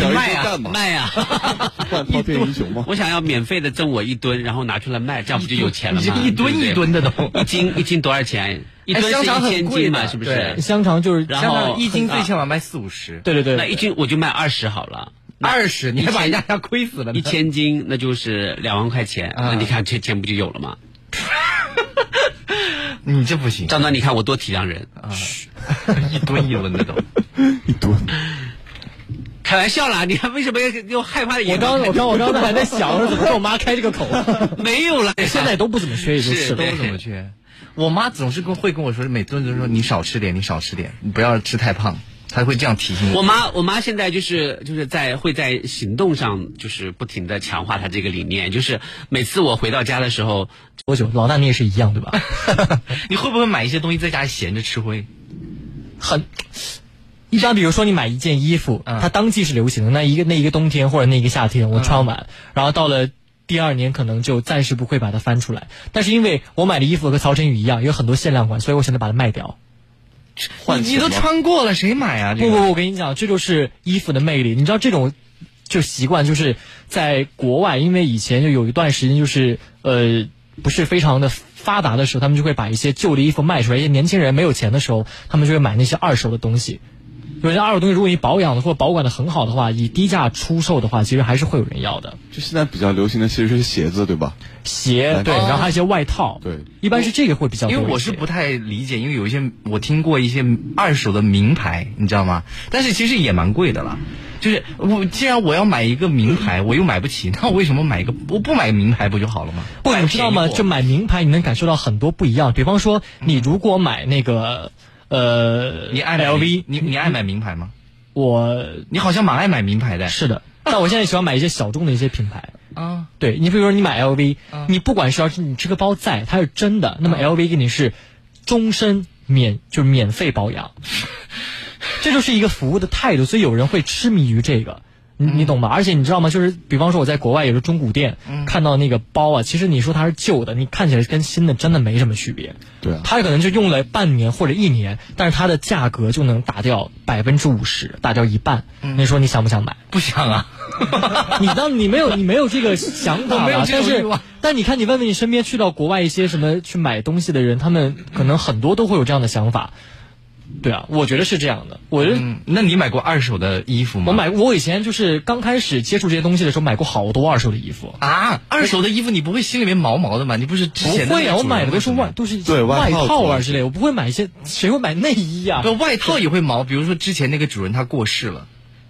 Speaker 4: 养
Speaker 1: 卖
Speaker 4: 一
Speaker 1: 呀、
Speaker 4: 个干嘛？
Speaker 1: 卖呀、
Speaker 4: 换饕餮英雄吗？
Speaker 1: 我想要免费的赠我一吨，然后拿出来卖，这样不就有钱了
Speaker 2: 你这
Speaker 1: 吗？
Speaker 2: 一吨一吨的都，
Speaker 1: 对不对，一斤一斤多少钱？一吨是
Speaker 2: 香肠
Speaker 1: 一
Speaker 2: 很
Speaker 1: 千
Speaker 2: 贵
Speaker 1: 斤
Speaker 2: 的
Speaker 1: 嘛，是不
Speaker 2: 对
Speaker 1: 是？
Speaker 3: 香肠就是，
Speaker 1: 然
Speaker 2: 相当
Speaker 1: 后
Speaker 2: 于一斤最起码卖四五十，
Speaker 3: 对对对，
Speaker 1: 那一斤我就卖二十好了，
Speaker 2: 二十，你还把人家亏死了呢。
Speaker 1: 一千斤那就是两万块钱，
Speaker 2: 啊
Speaker 1: 那你看这钱不就有了吗？
Speaker 2: 你嗯这不行，
Speaker 1: 张端，你看我多体谅人，
Speaker 2: 啊一吨一吨的都。
Speaker 4: 一吨。
Speaker 1: 开玩笑啦！你看为什么又害怕的
Speaker 3: 我
Speaker 1: 眼
Speaker 3: 刚
Speaker 1: 光
Speaker 3: 我
Speaker 1: 看？
Speaker 3: 刚我刚才还在想，我说怎么跟我 妈开这个口，
Speaker 1: 没有啦，
Speaker 3: 现在都不怎么缺，也就是
Speaker 1: 是
Speaker 3: 了
Speaker 2: 都。怎么去？我妈总是跟会跟我说，每顿都说你少吃点，你少吃点，你不要吃太胖，她会这样提醒
Speaker 1: 我
Speaker 2: 我。
Speaker 1: 妈，我妈现在就是就是在会在行动上就是不停的强化她这个理念，就是每次我回到家的时候，
Speaker 3: 多久？老大你也是一样对吧？
Speaker 2: 你会不会买一些东西在家闲着吃灰？
Speaker 3: 很。一般比如说你买一件衣服，
Speaker 2: 嗯
Speaker 3: 它当季是流行的，那一个那一个冬天或者那一个夏天我穿完，然后到了第二年可能就暂时不会把它翻出来。但是因为我买的衣服和曹晨宇一样，有很多限量款，所以我现在把它卖掉。
Speaker 2: 你你都穿过了，谁买啊？这
Speaker 3: 不不，
Speaker 2: 个
Speaker 3: 不我跟你讲，这就是衣服的魅力。你知道这种就习惯，就是在国外，因为以前就有一段时间，就是呃不是非常的发达的时候，他们就会把一些旧的衣服卖出来。一些年轻人没有钱的时候，他们就会买那些二手的东西。因为那二手东西，如果你保养的或者保管的很好的话，以低价出售的话，其实还是会有人要的。
Speaker 4: 就现在比较流行的其实是鞋子，对吧？
Speaker 3: 鞋对，
Speaker 4: 哦
Speaker 3: 然后还有一些外套，
Speaker 4: 对
Speaker 3: 一般是这个会比较多
Speaker 2: 因为我
Speaker 3: 一些
Speaker 2: 是不太理解，因为有一些我听过一些二手的名牌，你知道吗？但是其实也蛮贵的了。就是我既然我要买一个名牌，我又买不起，那我为什么买一个？我不买名牌不就好了吗？
Speaker 3: 不，你知道吗？就买名牌，你能感受到很多不一样。比方说，你如果买那个，呃，
Speaker 2: 你爱买
Speaker 3: LV，
Speaker 2: 你你爱买名牌吗？
Speaker 3: 我
Speaker 2: 你好像蛮爱买名牌的
Speaker 3: 是的。但我现在喜欢买一些小众的一些品牌。
Speaker 2: 啊。
Speaker 3: 对你，比如说你买
Speaker 4: 嗯
Speaker 3: LV，、你不管是要是你这个包在，它是真的，
Speaker 4: 嗯
Speaker 3: 那么 LV 给你是终身免，就是免费保 养，这就是一个服务的态度，所以有人会痴迷于这个。你
Speaker 4: 嗯
Speaker 3: 你懂吧？而且你知道吗？就是比方说我在国外也是中古店、
Speaker 4: 嗯
Speaker 3: 看到那个包啊，其实你说它是旧的，你看起来跟新的真的没什么区别。
Speaker 4: 对啊。
Speaker 3: 它可能就用了半年或者一年，但是它的价格就能打掉百分之五十，打掉一半。
Speaker 4: 嗯
Speaker 3: 你说你想不想买？
Speaker 2: 不想啊，
Speaker 3: 你当你没有你没有这个想
Speaker 2: 我
Speaker 3: 法
Speaker 2: 没有
Speaker 3: 吧？
Speaker 2: 这
Speaker 3: 但
Speaker 2: 种欲
Speaker 3: 是
Speaker 2: 望
Speaker 3: 但你看，你问问你身边去到国外一些什么去买东西的人，他们可能很多都会有这样的想法。对啊，我觉得是这样的。我觉 得
Speaker 2: 嗯，那你买过二手的衣服吗？
Speaker 3: 我买过，我以前就是刚开始接触这些东西的时候，买过好多二手的衣服。
Speaker 2: 啊，二手的衣服你不会心里面毛毛的吗？你不是之
Speaker 3: 不
Speaker 2: 前
Speaker 3: 会啊，
Speaker 2: 啊，
Speaker 3: 我买的都是外，都是
Speaker 4: 对
Speaker 3: 外
Speaker 4: 外套
Speaker 3: 套啊之类，我不会买一些，谁会买内衣啊呀、
Speaker 2: 不外套也会毛，比如说之前那个主人他过世了，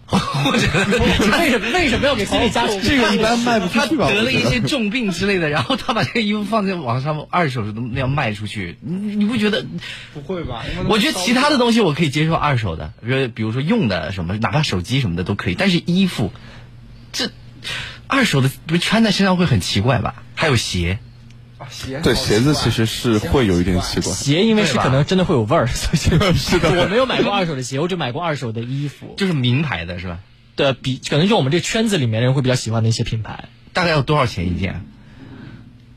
Speaker 2: 或者 哦
Speaker 3: 为什么为什么要给心里加这个？
Speaker 4: 一般卖不出
Speaker 2: 他
Speaker 4: 去吧？
Speaker 2: 得
Speaker 4: 我
Speaker 2: 了一
Speaker 4: 觉得
Speaker 2: 些重病之类的，然后他把这个衣服放在网上二手的那样卖出去，你你不觉得？
Speaker 5: 不会吧？因为
Speaker 2: 我觉得其他的东西我可以接受二手的，比如比如说用的什么，哪怕手机什么的都可以，但是衣服，这二手的不是穿在身上会很奇怪吧？还有鞋，
Speaker 5: 啊鞋
Speaker 4: 对鞋子其实是会有一点 奇怪。
Speaker 3: 鞋因为是
Speaker 2: 对吧
Speaker 3: 可能真的会有味儿，所以就 是的。我没有买过二手的鞋，我只买过二手的衣服。
Speaker 2: 就是名牌的是吧？
Speaker 3: 的比可能是我们这圈子里面人会比较喜欢的一些品牌。
Speaker 2: 大概要多少钱一件？啊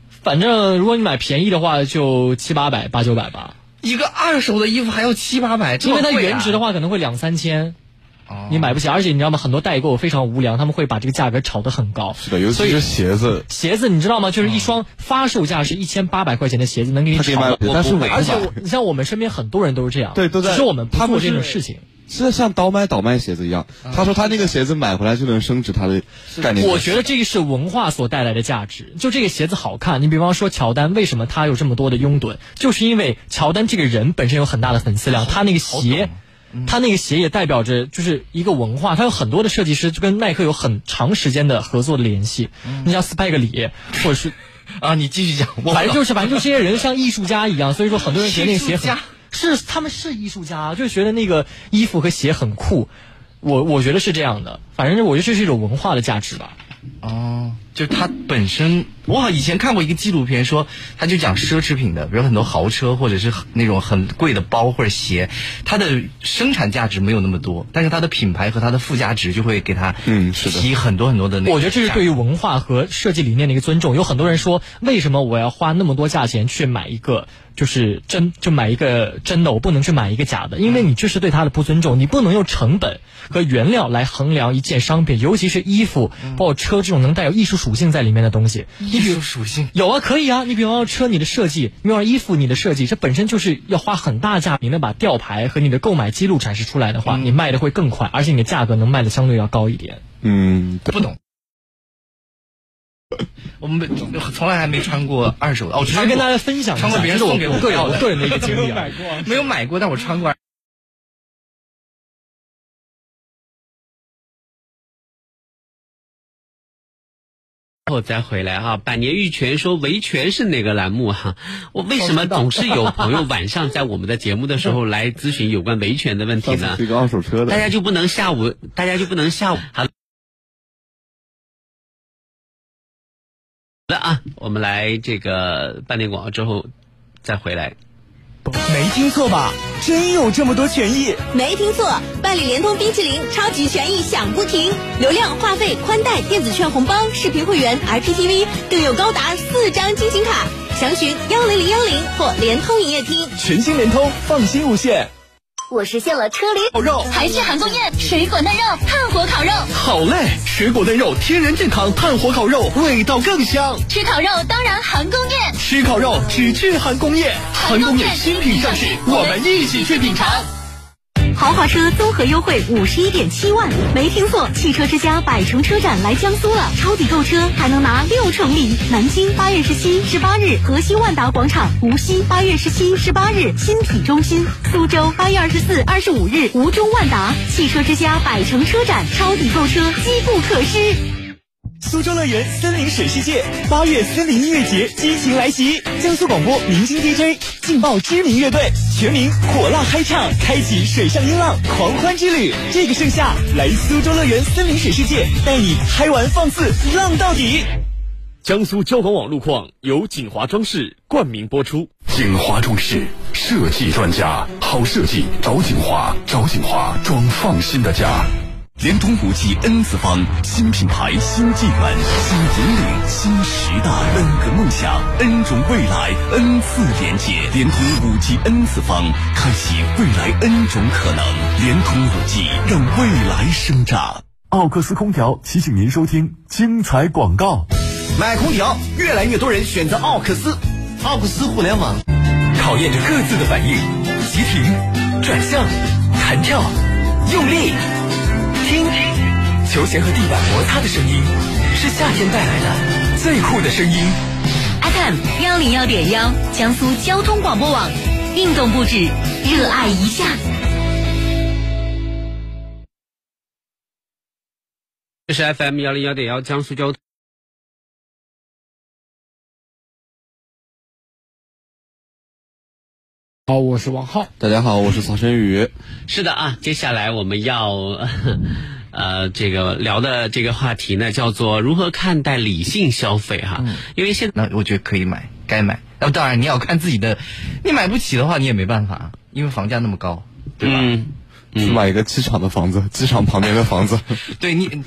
Speaker 3: 反正如果你买便宜的话，就七八百、八九百吧，
Speaker 2: 一个二手的衣服还要七八百，这
Speaker 3: 因
Speaker 2: 么
Speaker 3: 为它
Speaker 2: 贵啊
Speaker 3: 原值的，话可能会两三千，
Speaker 2: 哦
Speaker 3: 你买不起。而且你知道吗？很多代购非常无良，他们会把这个价格炒得很高。
Speaker 4: 是的，尤其是鞋子，
Speaker 3: 鞋子你知道吗？就是一双发售价是一千八百块钱的鞋子，能给你
Speaker 4: 哦他可以
Speaker 3: 炒
Speaker 4: 卖
Speaker 3: 得，
Speaker 4: 但是我
Speaker 3: 而且
Speaker 4: 不买
Speaker 3: 我，你像我们身边很多人都是这样，
Speaker 4: 对都在
Speaker 3: 只是我们不
Speaker 4: 他
Speaker 3: 做
Speaker 4: 们
Speaker 3: 这种
Speaker 4: 是
Speaker 3: 事情。
Speaker 4: 是像倒卖倒卖鞋子一样。他说他那个鞋子买回来就能升值他的概念。
Speaker 3: 我觉得这个是文化所带来的价值。就这个鞋子好看，你比方说乔丹，为什么他有这么多的拥趸？就是因为乔丹这个人本身有很大的粉丝量，他那个鞋。
Speaker 2: 嗯
Speaker 3: 他那个鞋也代表着就是一个文化，他有很多的设计师就跟耐克有很长时间的合作的联系。
Speaker 2: 嗯
Speaker 3: 你像斯派克里，或 者是
Speaker 2: 啊！你继续讲，我
Speaker 3: 反正就是反正就这些人像艺术家一样，所以说很多人觉得那个鞋
Speaker 2: 艺术
Speaker 3: 很
Speaker 2: 家
Speaker 3: 是他们是艺术家，就觉得那个衣服和鞋很酷。我我觉得是这样的，反正我觉得这是一种文化的价值吧。
Speaker 2: 哦，就它本身，我好以前看过一个纪录片说，他就讲奢侈品的，比如很多豪车或者是很那种很贵的包或者鞋，它的生产价值没有那么多，但是它的品牌和它的附加值就会给它
Speaker 4: 嗯是的
Speaker 2: 提很多很多的那个价。
Speaker 3: 我觉得这是对于文化和设计理念的一个尊重。有很多人说，为什么我要花那么多价钱去买一个就是真就买一个真的，我不能去买一个假的？因为你这是对它的不尊重。你不能用成本和原料来衡量一件商品，尤其是衣服、包括车这种能带有艺术属性在里面的东西。
Speaker 2: 艺术属性。
Speaker 3: 有啊，可以啊。你比方说车你的设计，你比方说衣服你的设计，这本身就是要花很大价，你能把吊牌和你的购买记录展示出来的话，你卖的会更快，而且你的价格能卖的相对要高一点。
Speaker 4: 嗯，对
Speaker 2: 不懂。我们没从来还没穿过二手的，哦，我
Speaker 3: 只是
Speaker 2: 穿
Speaker 3: 跟大
Speaker 2: 过
Speaker 3: 家分享一下，
Speaker 2: 穿过别人
Speaker 3: 这是我
Speaker 2: 送给我
Speaker 3: 个人
Speaker 2: 的
Speaker 3: 我个人的一个经历 啊。
Speaker 2: 没有买过，但我穿过。
Speaker 1: 后再回来哈、百年玉泉说维权是哪个栏目哈、我为什么总是有朋友晚上在我们的节目的时候来咨询有关维权的问题
Speaker 4: 上次
Speaker 1: 呢
Speaker 4: 是？一个二手车
Speaker 1: 大
Speaker 4: 的，
Speaker 1: 家就不能下午，大家就不能下午好了啊！我们来这个半点广告之后再回来。
Speaker 5: 没听错吧？真有这么多权益？
Speaker 6: 没听错，办理联通冰淇淋超级权益享不停，流量、话费、宽带、电子券红包、视频会员、IPTV，更有高达四张金行卡。详询幺零零幺零或联通营业厅。
Speaker 5: 全新联通，放心无限。
Speaker 6: 我实现了车厘
Speaker 5: 烤肉
Speaker 6: 韩式韩宫宴、水果嫩肉、炭火烤肉。
Speaker 5: 好嘞，水果嫩肉，天然健康，炭火烤肉味道更香。
Speaker 6: 吃烤肉当然韩宫宴，
Speaker 5: 吃烤肉只去韩工业，
Speaker 6: 韩工业新品上市我们
Speaker 5: 一起去品尝。
Speaker 6: 豪华车综合优惠五十一点七万，没听错，汽车之家百城车展来江苏了，超抵购车还能拿六成礼。南京八月十七、十八日河西万达广场，无锡八月十七、十八日新体中心，苏州八月二十四、二十五日吴中万达。汽车之家百城车展超抵购车机不可失。
Speaker 5: 苏州乐园森林水世界八月森林音乐节激情来袭，江苏广播明星 DJ 劲爆知名乐队，全民火辣嗨唱，开启水上音浪狂欢之旅。这个盛夏，来苏州乐园森林水世界，带你嗨玩放肆，浪到底。
Speaker 7: 江苏交广网路况由锦华装饰冠名播出。
Speaker 8: 锦华装饰设计专家，好设计找锦华，找锦华装放心的家。联通国际 N 次方新品牌、新纪元、新引领、新时代，N 个梦想，N 种未来，N 次连接。联通五 G N 次方，开启未来 N 种可能。联通五 G，让未来生长。奥克斯空调提醒您收听精彩广告。
Speaker 9: 买空调，越来越多人选择奥克斯。奥克斯互联网
Speaker 8: 考验着各自的反应，急停、转向、弹跳、用力，听，球鞋和地板摩擦的声音，是夏天带来的最酷的声音。
Speaker 6: FM 幺零幺点幺，江苏交通广播网，运动不止，热爱一下。
Speaker 1: 这是 FM 幺零幺点幺江苏交通。
Speaker 5: 好，我是王浩。
Speaker 4: 大家好，我是曹晨宇。
Speaker 1: 是的啊，接下来我们要， 呃，这个聊的这个话题呢，叫做如何看待理性消费哈、因为现在
Speaker 2: 那我觉得可以买，该买。那当然你要看自己的，你买不起的话你也没办法，因为房价那么高，对吧？
Speaker 1: 嗯，
Speaker 4: 去买一个机场的房子，机场旁边的房子，
Speaker 2: 对你，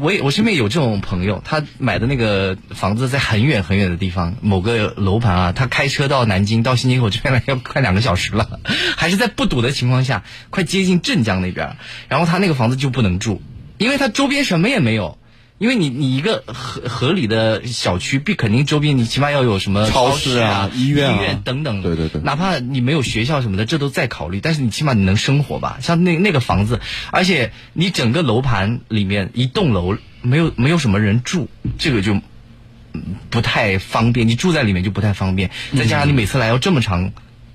Speaker 2: 我也我身边有这种朋友，他买的那个房子在很远很远的地方，某个楼盘啊，他开车到南京到新街口这边来要快两个小时了，还是在不堵的情况下，快接近镇江那边，然后他那个房子就不能住，因为他周边什么也没有。因为你你一个合合理的小区，必肯定周边你起码要有什么
Speaker 4: 超
Speaker 2: 市
Speaker 4: 市啊医院啊
Speaker 2: 医院等等，
Speaker 4: 对对对
Speaker 2: 哪怕你没有学校什么的，这都在考虑，但是你起码你能生活吧？像那那个房子，而且你整个楼盘里面一栋楼没有没有什么人住，这个就嗯不太方便，你住在里面就不太方便，再加上你每次来要这么长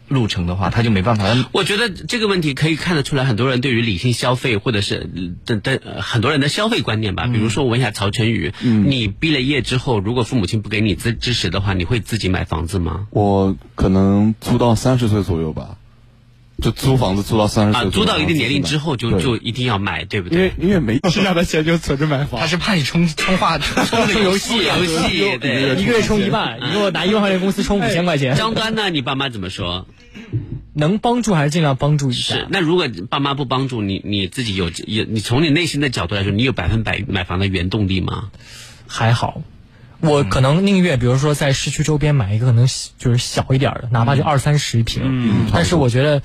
Speaker 2: 路程的话，他就没办法。
Speaker 1: 我觉得这个问题可以看得出来，很多人对于理性消费或者是的的呃很多人的消费观念吧。比如说，我问一下曹晨宇，你毕了业之后，如果父母亲不给你支支持的话，你会自己买房子吗？
Speaker 4: 我可能租到三十岁左右吧，就租房子租到三十岁
Speaker 1: 啊，
Speaker 4: 左
Speaker 1: 租
Speaker 4: 右、
Speaker 1: 到一定年龄之后就
Speaker 4: 对
Speaker 1: 就一定要买，对不
Speaker 4: 因
Speaker 1: 对
Speaker 4: 为？因为没
Speaker 5: 剩下的钱就存着买
Speaker 2: 他
Speaker 5: 房。
Speaker 2: 是怕你充充话充的游戏
Speaker 1: 游戏啊对。
Speaker 3: 一个月充一万，你给我拿一万块钱工资充五千块钱，
Speaker 2: 哎
Speaker 1: 张端呢？你爸妈怎么说？
Speaker 3: 能帮助还是尽量帮助一下。
Speaker 1: 是那如果爸妈不帮助你，你自己有有你从你内心的角度来说，你有百分百买房的原动力吗？
Speaker 3: 还好，我可能宁愿，比如说在市区周边买一个可能小就是小一点儿的，哪
Speaker 2: 嗯
Speaker 3: 怕就二三十平，但是我觉得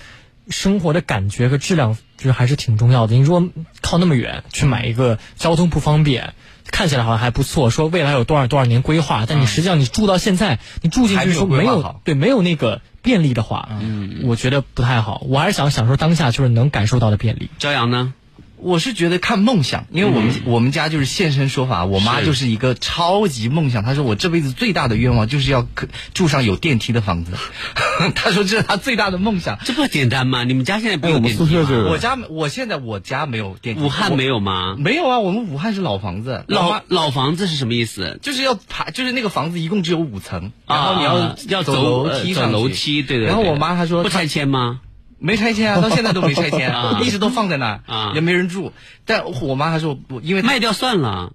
Speaker 3: 生活的感觉和质量就是还是挺重要的。你如果靠那么远去买一个交通不方便。看起来好像还不错，说未来有多少多少年规划，但你实际上你住到现在，你住进
Speaker 2: 还
Speaker 3: 去
Speaker 2: 没有
Speaker 3: 说
Speaker 2: 规划
Speaker 3: 没有
Speaker 2: 好
Speaker 3: 对没有那个便利的话，嗯，我觉得不太好。我还是想享受当下就是能感受到的便利。
Speaker 1: 朝阳呢？
Speaker 2: 我是觉得看梦想，因为我们、我们家就是现身说法，我妈
Speaker 1: 嗯是
Speaker 2: 就是一个超级梦想。她说我这辈子最大的愿望就是要可住上有电梯的房子， 她说这是她最大的梦想。
Speaker 1: 这不简单吗？你们家现在不
Speaker 4: 哎，
Speaker 1: 有
Speaker 4: 我们
Speaker 1: 电
Speaker 4: 宿
Speaker 1: 梯
Speaker 4: 舍就
Speaker 1: 吗？
Speaker 4: 有
Speaker 2: 我家我现在我家没有电梯，
Speaker 1: 武汉没
Speaker 2: 有
Speaker 1: 有吗？
Speaker 2: 没有啊，我们武汉是老房子，我
Speaker 1: 老
Speaker 2: 妈
Speaker 1: 老房子是什么意思？
Speaker 2: 就是要爬，就是那个房子一共只有五层，
Speaker 1: 啊
Speaker 2: 然后你要、
Speaker 1: 要
Speaker 2: 走
Speaker 1: 走
Speaker 2: 楼梯
Speaker 1: 呃走
Speaker 2: 上去
Speaker 1: 楼梯，对对对。
Speaker 2: 然后我妈她说
Speaker 1: 不拆迁吗？
Speaker 2: 没拆迁 啊，到现在都没拆迁
Speaker 1: 啊
Speaker 2: 一直都放在那儿，
Speaker 1: 啊
Speaker 2: 也没人住。但我妈她说我因为她
Speaker 1: 卖掉算了。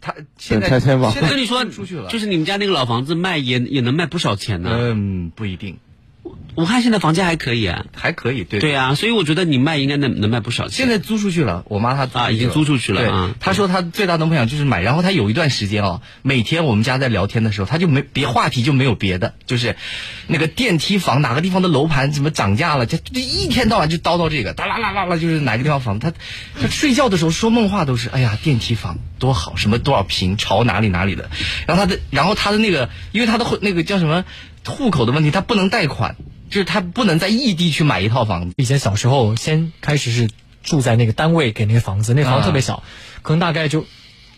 Speaker 2: 她现在
Speaker 4: 拆迁吧
Speaker 2: 现
Speaker 1: 我
Speaker 2: 在
Speaker 1: 跟你说，
Speaker 2: 出去了，
Speaker 1: 就是你们家那个老房子卖也也能卖不少钱呢。
Speaker 2: 嗯，不一定，
Speaker 1: 武汉现在房价还可以啊。
Speaker 2: 还可以，对
Speaker 1: 对啊，所以我觉得你卖应该能能卖不少钱。
Speaker 2: 现在租出去了，我妈她出去
Speaker 1: 啊已经租出去了
Speaker 2: 对
Speaker 1: 啊
Speaker 2: 她说她最大的梦想就是买，然后她有一段时间哦，每天我们家在聊天的时候，她就没别话题就没有别的，就是那个电梯房哪个地方的楼盘怎么涨价了，她就一天到晚就叨叨这个，哒啦啦啦啦，就是哪个地方房，她她睡觉的时候说梦话都是，哎呀电梯房多好，什么多少平，朝哪里哪里的，然后她的然后她的那个，因为她的户那个叫什么户口的问题，她不能贷款。就是她不能在异地去买一套房子，
Speaker 3: 以前小时候先开始是住在那个单位给那个房子，那个房
Speaker 2: 啊
Speaker 3: 子特别小，可能大概就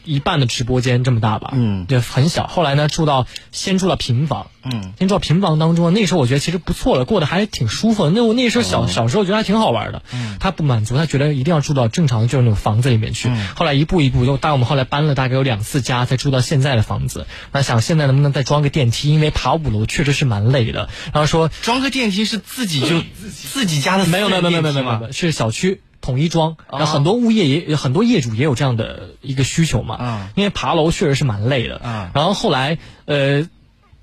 Speaker 3: 一半的直播间这么大吧，
Speaker 2: 嗯
Speaker 3: 就很小。后来呢，住到先住到平房，
Speaker 2: 嗯，
Speaker 3: 先住到平房当中，那时候我觉得其实不错了，过得还挺舒服的。那我那时候
Speaker 2: 哦
Speaker 3: 小、小时候觉得还挺好玩的，
Speaker 2: 嗯
Speaker 3: 他不满足，他觉得一定要住到正常的就是那种房子里面
Speaker 2: 嗯
Speaker 3: 去。后来一步一步又，但我们后来搬了大概有两次家，才住到现在的房子。那想现在能不能再装个电梯，因为爬五楼确实是蛮累的。然后说
Speaker 2: 装个电梯是自己就自己家的私
Speaker 3: 没有没有
Speaker 2: 人
Speaker 3: 没
Speaker 2: 电
Speaker 3: 有没有
Speaker 2: 梯
Speaker 3: 没有
Speaker 2: 吗啊
Speaker 3: 没有，是小区统一装，然后很多物业也很多业主也有这样的一个需求嘛，
Speaker 2: 啊
Speaker 3: 因为爬楼确实是蛮累的，
Speaker 2: 啊
Speaker 3: 然后后来呃。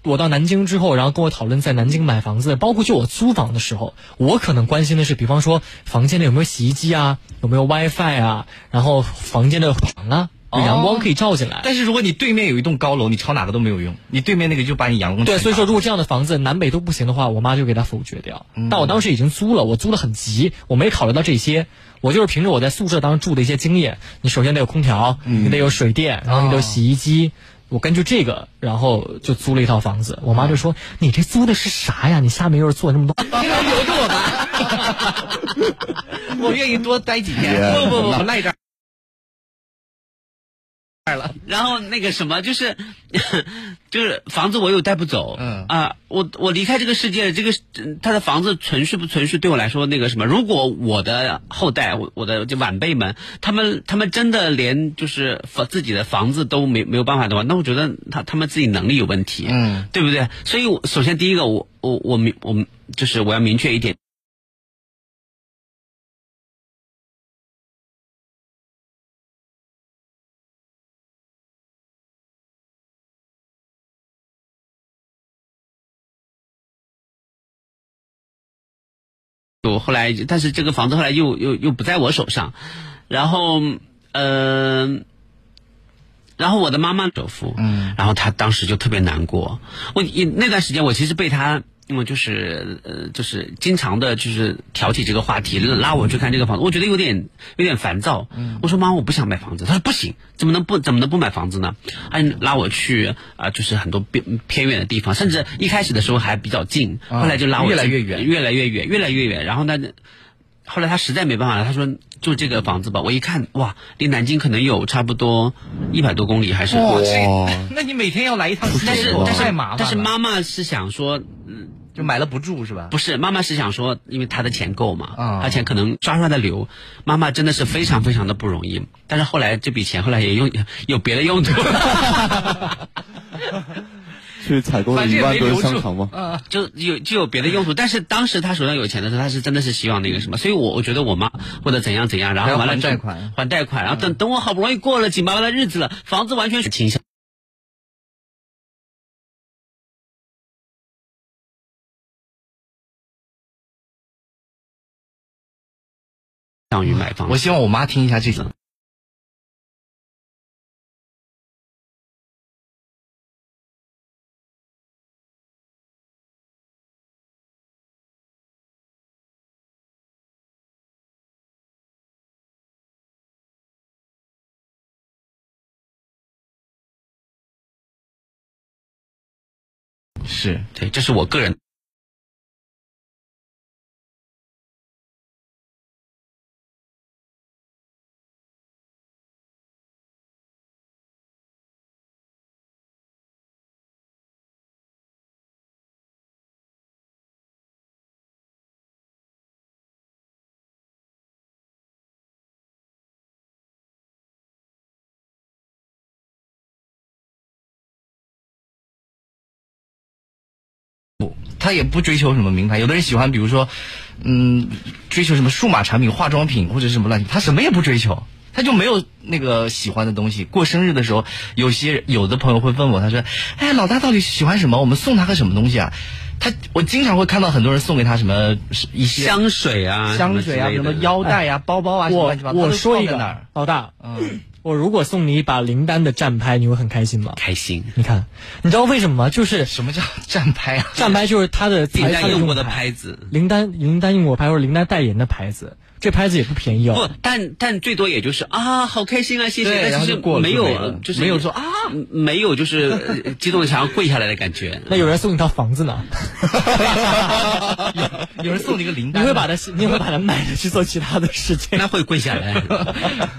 Speaker 3: 我到南京之后，然后跟我讨论在南京买房子，包括就我租房的时候，我可能关心的是，比方说房间里有没有洗衣机啊，有没有 WiFi 啊，然后房间的床啊，有
Speaker 2: 哦
Speaker 3: 阳光可以照进来。
Speaker 2: 但是如果你对面有一栋高楼，你抄哪个都没有用，你对面那个就把你阳光
Speaker 3: 对，
Speaker 2: 全
Speaker 3: 所以说
Speaker 2: 挡
Speaker 3: 如果这样的房子南北都不行的话，我妈就给它否决掉。
Speaker 2: 嗯
Speaker 3: 但我当时已经租了，我租的很急，我没考虑到这些，我就是凭着
Speaker 2: 嗯哦
Speaker 3: 我在宿舍当中住的一些经验，你首先得有空调，你得有水电，然后你得有洗衣机。我根据这个，然后就租了一套房子。我妈就说：“你这租的是啥呀？你下面又是做那么多。”
Speaker 2: 这个留着我吧， 我愿意多待几天。
Speaker 4: Yeah
Speaker 2: 不不不，我赖这儿。
Speaker 1: 然后那个什么，就是 就是房子我又带不走，
Speaker 2: 嗯
Speaker 1: 啊，我我离开这个世界，这个嗯他的房子存续不存续对我来说那个什么，如果我的后代，我我的就晚辈们，他们他们真的连就是房自己的房子都没没有办法的话，那我觉得他他们自己能力有问题，
Speaker 2: 嗯，
Speaker 1: 对不对？所以我首先第一个，我我我明我们就是我要明确一点。我后来，但是这个房子后来又又又不在我手上，然后，嗯、然后我的妈妈首付，嗯，然后她当时就特别难过。我也那段时间，我其实被她，因为就是呃，就是经常的，就是挑起这个话题，拉我去看这个房子，我觉得有点有点烦躁。嗯，我说妈，我不想买房子。她说不行，怎么能不怎么能不买房子呢？还拉我去啊、就是很多偏偏远的地方，甚至一开始的时候还比较近，
Speaker 2: 啊
Speaker 1: 后来就拉我
Speaker 2: 越来
Speaker 1: 去
Speaker 2: 越远
Speaker 1: 越来越远，越来越远。然后呢，后来他实在没办法了，他说就这个房子吧。我一看，哇，离南京可能有差不多一百多公里，还是。
Speaker 2: 哇，
Speaker 4: 哇
Speaker 2: 这那你每天要来一趟，
Speaker 1: 但是但
Speaker 2: 太
Speaker 1: 是
Speaker 2: 麻烦了。
Speaker 1: 但是妈妈是想说，嗯，
Speaker 2: 就买了不住是吧？
Speaker 1: 不是妈妈是想说，因为她的钱够嘛，
Speaker 2: 啊
Speaker 1: 她钱可能刷刷的流。妈妈真的是非常非常的不容易，但是后来这笔钱后来也用有别的用途。
Speaker 4: 去采购了
Speaker 2: 反正
Speaker 4: 一
Speaker 2: 也
Speaker 4: 万
Speaker 2: 没
Speaker 4: 吨
Speaker 2: 留
Speaker 4: 香
Speaker 2: 住
Speaker 4: 肠吗？
Speaker 2: 啊，
Speaker 1: 就有就有别的用途，但是当时他手上有钱的时候，他是真的是希望那个什么，所以我我觉得我妈或者怎样怎样，然
Speaker 2: 还要
Speaker 1: 后完了
Speaker 2: 还
Speaker 1: 之后
Speaker 2: 贷款嗯
Speaker 1: 还贷款，然后等、等我好不容易过了紧巴巴的日子了，房子完全是倾向。向于买房，
Speaker 2: 我希望我妈听一下这个。是，
Speaker 1: 对，这是我个人。
Speaker 2: 他也不追求什么名牌，有的人喜欢，比如说，嗯，追求什么数码产品、化妆品或者什么乱七八，他什么也不追求，他就没有那个喜欢的东西。过生日的时候，有些有的朋友会问我，他说：“哎，老大到底喜欢什么？我们送他个什么东西啊？”他我经常会看到很多人送给他什么一些
Speaker 1: 香水啊，
Speaker 2: 香水啊、
Speaker 1: 什
Speaker 2: 什
Speaker 1: 么
Speaker 2: 么
Speaker 1: 之类的
Speaker 2: 腰带啊、包包啊，什么
Speaker 3: 哎我
Speaker 2: 乱七八糟，
Speaker 3: 我
Speaker 2: 他都
Speaker 3: 说一
Speaker 2: 放在那
Speaker 3: 个
Speaker 2: 儿，
Speaker 3: 老大，
Speaker 2: 嗯，
Speaker 3: 我如果送你一把林丹的站拍，你会很开心吗？
Speaker 1: 开心。
Speaker 3: 你看，你知道为什么吗？就是
Speaker 2: 什么叫站拍啊？
Speaker 3: 站拍就是他的
Speaker 1: 订
Speaker 3: 才
Speaker 1: 单用过的
Speaker 3: 牌
Speaker 1: 牌子，
Speaker 3: 林丹林丹用过牌或者林丹代言的牌子，这牌子也不便宜
Speaker 1: 不
Speaker 3: 哦。，
Speaker 1: 但但最多也就是啊，好开心啊，谢
Speaker 2: 啊对
Speaker 1: 谢。
Speaker 2: 然
Speaker 1: 但
Speaker 2: 后
Speaker 1: 其实
Speaker 2: 就过了
Speaker 1: 没
Speaker 2: 就
Speaker 1: 有，
Speaker 2: 没了
Speaker 1: 就是
Speaker 2: 没有说啊，
Speaker 1: 嗯没有就是呃激动想要跪下来的感 觉。
Speaker 3: 那有人送你套房子呢，
Speaker 2: 有有人送你个铃
Speaker 3: 你
Speaker 2: 铛，
Speaker 3: 会把它你会把它卖了去做其他的事情。
Speaker 1: 那会跪 下来。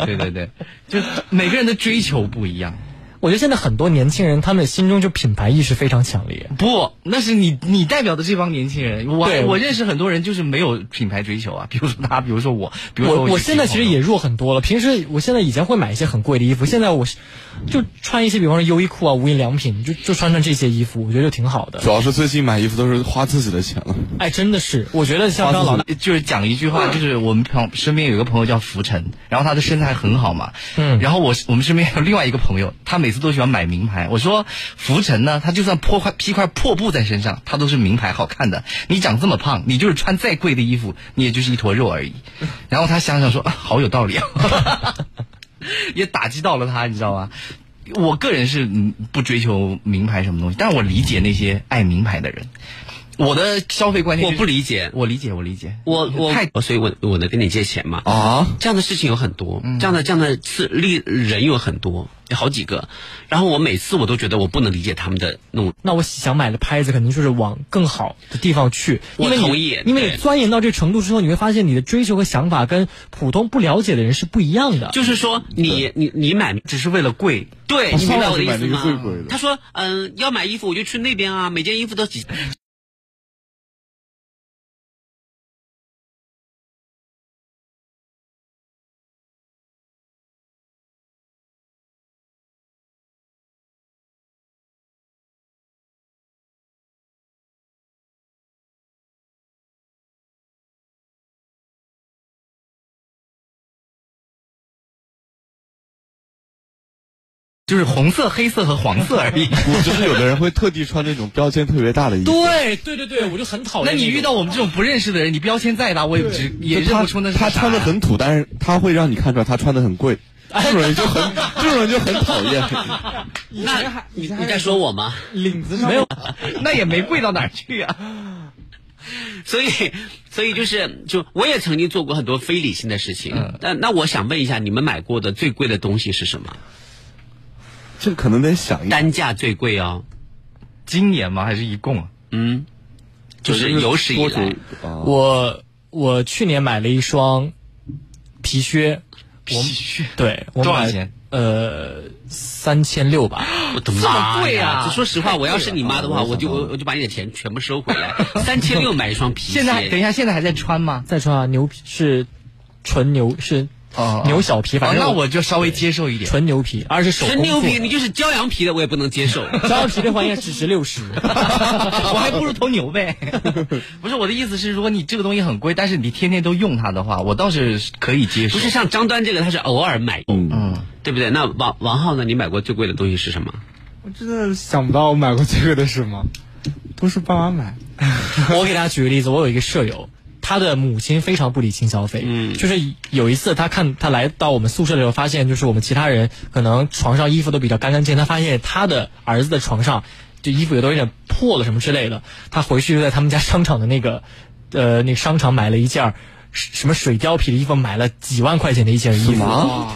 Speaker 2: 对对对， 就每个人的追求不一样。
Speaker 3: 我觉得现在很多年轻人，他们心中就品牌意识非常强烈。
Speaker 2: 不，那是你你代表的这帮年轻人。我
Speaker 3: 对
Speaker 2: 我认识很多人就是没有品牌追求啊，比如说他，比如说我，比如说
Speaker 3: 我
Speaker 2: 我
Speaker 3: 我现在其实也弱很多了，平时我现在以前会买一些很贵的衣服，现在我是就穿一些，比方说优衣库啊、无印良品，就就穿穿这些衣服，我觉得就挺好的
Speaker 4: 主。要是最近买衣服都是花自己的钱了。
Speaker 3: 哎，真的是，我觉得像刚刚老大，
Speaker 2: 就是讲一句话，就是我们朋身边有一个朋友叫浮尘，然后他的身材很好嘛，
Speaker 3: 嗯
Speaker 2: 然后我我们身边还有另外一个朋友，他每次都喜欢买名牌。我说浮尘呢，他就算破块披块破布在身上，他都是名牌好看的。你长这么胖，你就是穿再贵的衣服，你也就是一坨肉而 已。然后他想想说，啊、 好有道理啊，也打击到了他，你知道吗？我个人是嗯不追求名牌什么东西，但是我理解那些爱名牌的人。我的消费观念、
Speaker 1: 我不理解，
Speaker 2: 我理解，我理解，
Speaker 1: 我我哦
Speaker 2: 太
Speaker 1: 所以我我能跟你借钱吗？
Speaker 4: 啊，
Speaker 1: 这样的事情有很多，
Speaker 2: 嗯
Speaker 1: 这样的这样的事例人有很多，有好几个。然后我每次我都觉得我不能理解他们的那种，
Speaker 3: 那我想买的拍子肯定就是往更好的地方去。因为你
Speaker 1: 我同意
Speaker 3: 因为你
Speaker 1: 对
Speaker 3: 钻研到这程度之后，你会发现你的追求和想法跟普通不了解的人是不一样的。
Speaker 1: 就是说你你你买
Speaker 2: 只是为了贵。哦
Speaker 1: 对，你明白我的意思
Speaker 4: 买那个
Speaker 1: 吗？
Speaker 4: 最贵的
Speaker 1: 他说，嗯、要买衣服我就去那边啊，每件衣服都几。
Speaker 2: 就是红色、黑色和黄色而已。
Speaker 4: 我就是有的人会特地穿那种标签特别大的衣服，
Speaker 3: 对对对对，我就很讨
Speaker 2: 那
Speaker 3: 厌那种。
Speaker 2: 你遇 到我们这种不认识的人，你标签再大，我也只也
Speaker 4: 就
Speaker 2: 认
Speaker 4: 他
Speaker 2: 不出那是
Speaker 4: 他
Speaker 2: 啥
Speaker 4: 穿的很土，但是他会让你看出来他穿的很贵，这种人就很这种人就很讨厌。
Speaker 1: 那
Speaker 5: 还
Speaker 1: 你
Speaker 5: 以前
Speaker 1: 你
Speaker 5: 还
Speaker 1: 在说我吗？
Speaker 5: 领子上没有，
Speaker 2: 那也没贵到哪儿去啊。
Speaker 1: 所以， 所以就是，就我也曾经做过很多非理性的事情。但那我想问一下，你们买过的最贵的东西是什么？
Speaker 4: 这可能得想一，
Speaker 1: 单价最贵哦。
Speaker 2: 今年吗？还是一共啊？
Speaker 1: 嗯，就是有史以
Speaker 4: 多久
Speaker 1: 来，
Speaker 4: 啊？
Speaker 3: 我我去年买了一双皮靴，
Speaker 2: 我去，
Speaker 3: 对我买
Speaker 2: 多少钱？
Speaker 3: 呃，三千六吧。
Speaker 1: 我的妈
Speaker 2: 这么贵
Speaker 1: 呀！
Speaker 2: 啊
Speaker 1: 就说实话，我要是你妈的话，我就
Speaker 4: 我也
Speaker 1: 我我就把你的钱全部收回来，三千六买一双皮鞋。
Speaker 2: 现在等一下，现在还在穿吗？
Speaker 3: 再说啊，牛皮是纯牛是
Speaker 2: 哦哦
Speaker 3: 牛小皮，反
Speaker 2: 哦，
Speaker 3: 正
Speaker 2: 那我就稍微接受一点。
Speaker 3: 纯牛皮，而且是手
Speaker 1: 纯
Speaker 3: 工
Speaker 1: 牛皮，
Speaker 3: 做
Speaker 1: 你就是骄阳皮的，我也不能接受。
Speaker 3: 的，胶皮的话应该只值六十。
Speaker 2: 我还不如头牛 呗。不是我的意思是，如果你这个东西很贵，但是你天天都用它的话，我倒是可以接受。
Speaker 1: 不是像张端这个，他是偶尔买，
Speaker 4: 嗯，
Speaker 1: 对不对？那王王浩呢？你买过最贵的东西是什么？
Speaker 5: 我真的想不到我买过最贵的是什么，都是爸妈买。
Speaker 3: 我给大家举个例子，我有一个舍友，他的母亲非常不理性消费，嗯，就是有一次他看他来到我们宿舍的时候，发现就是我们其他人可能床上衣服都比较干干净，他发现他的儿子的床上就衣服有都有点破了什么之类的，他回去就在他们家商场的那个呃那个商场买了一件儿什什么水貂皮的衣服，买了几万块钱的一件衣服。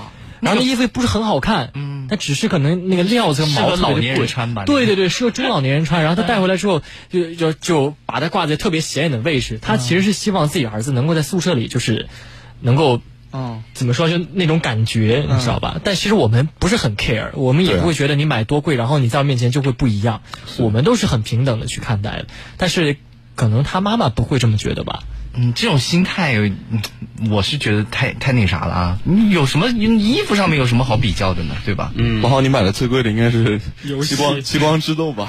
Speaker 3: 然后那衣服也不是很好看，嗯，它只是可能那个料子和
Speaker 2: 适合
Speaker 3: 毛特别
Speaker 2: 老年人
Speaker 3: 贵
Speaker 2: 穿吧嗯
Speaker 3: 对对对，适合中老年人穿。然后他带回来之后，就就就把它挂在特别显眼的位置。
Speaker 2: 嗯
Speaker 3: 他其实是希望自己儿子能够在宿舍里就是能够
Speaker 5: 嗯，
Speaker 3: 怎么说，就那种感觉，
Speaker 2: 嗯
Speaker 3: 你知道吧？但其实我们不是很 care，我们也
Speaker 4: 对啊
Speaker 3: 不会觉得你买多贵，然后你在我面前就会不一样。我们都是很平等的去看待的，但是可能他妈妈不会这么觉得吧？
Speaker 2: 嗯，这种心态，嗯我是觉得太太那啥了啊！你有什么你衣服上面有什么好比较的呢？对吧？嗯，
Speaker 4: 王浩，你买的最贵的应该是
Speaker 5: 游
Speaker 4: 极
Speaker 5: 戏
Speaker 4: 光极光之 洞吧？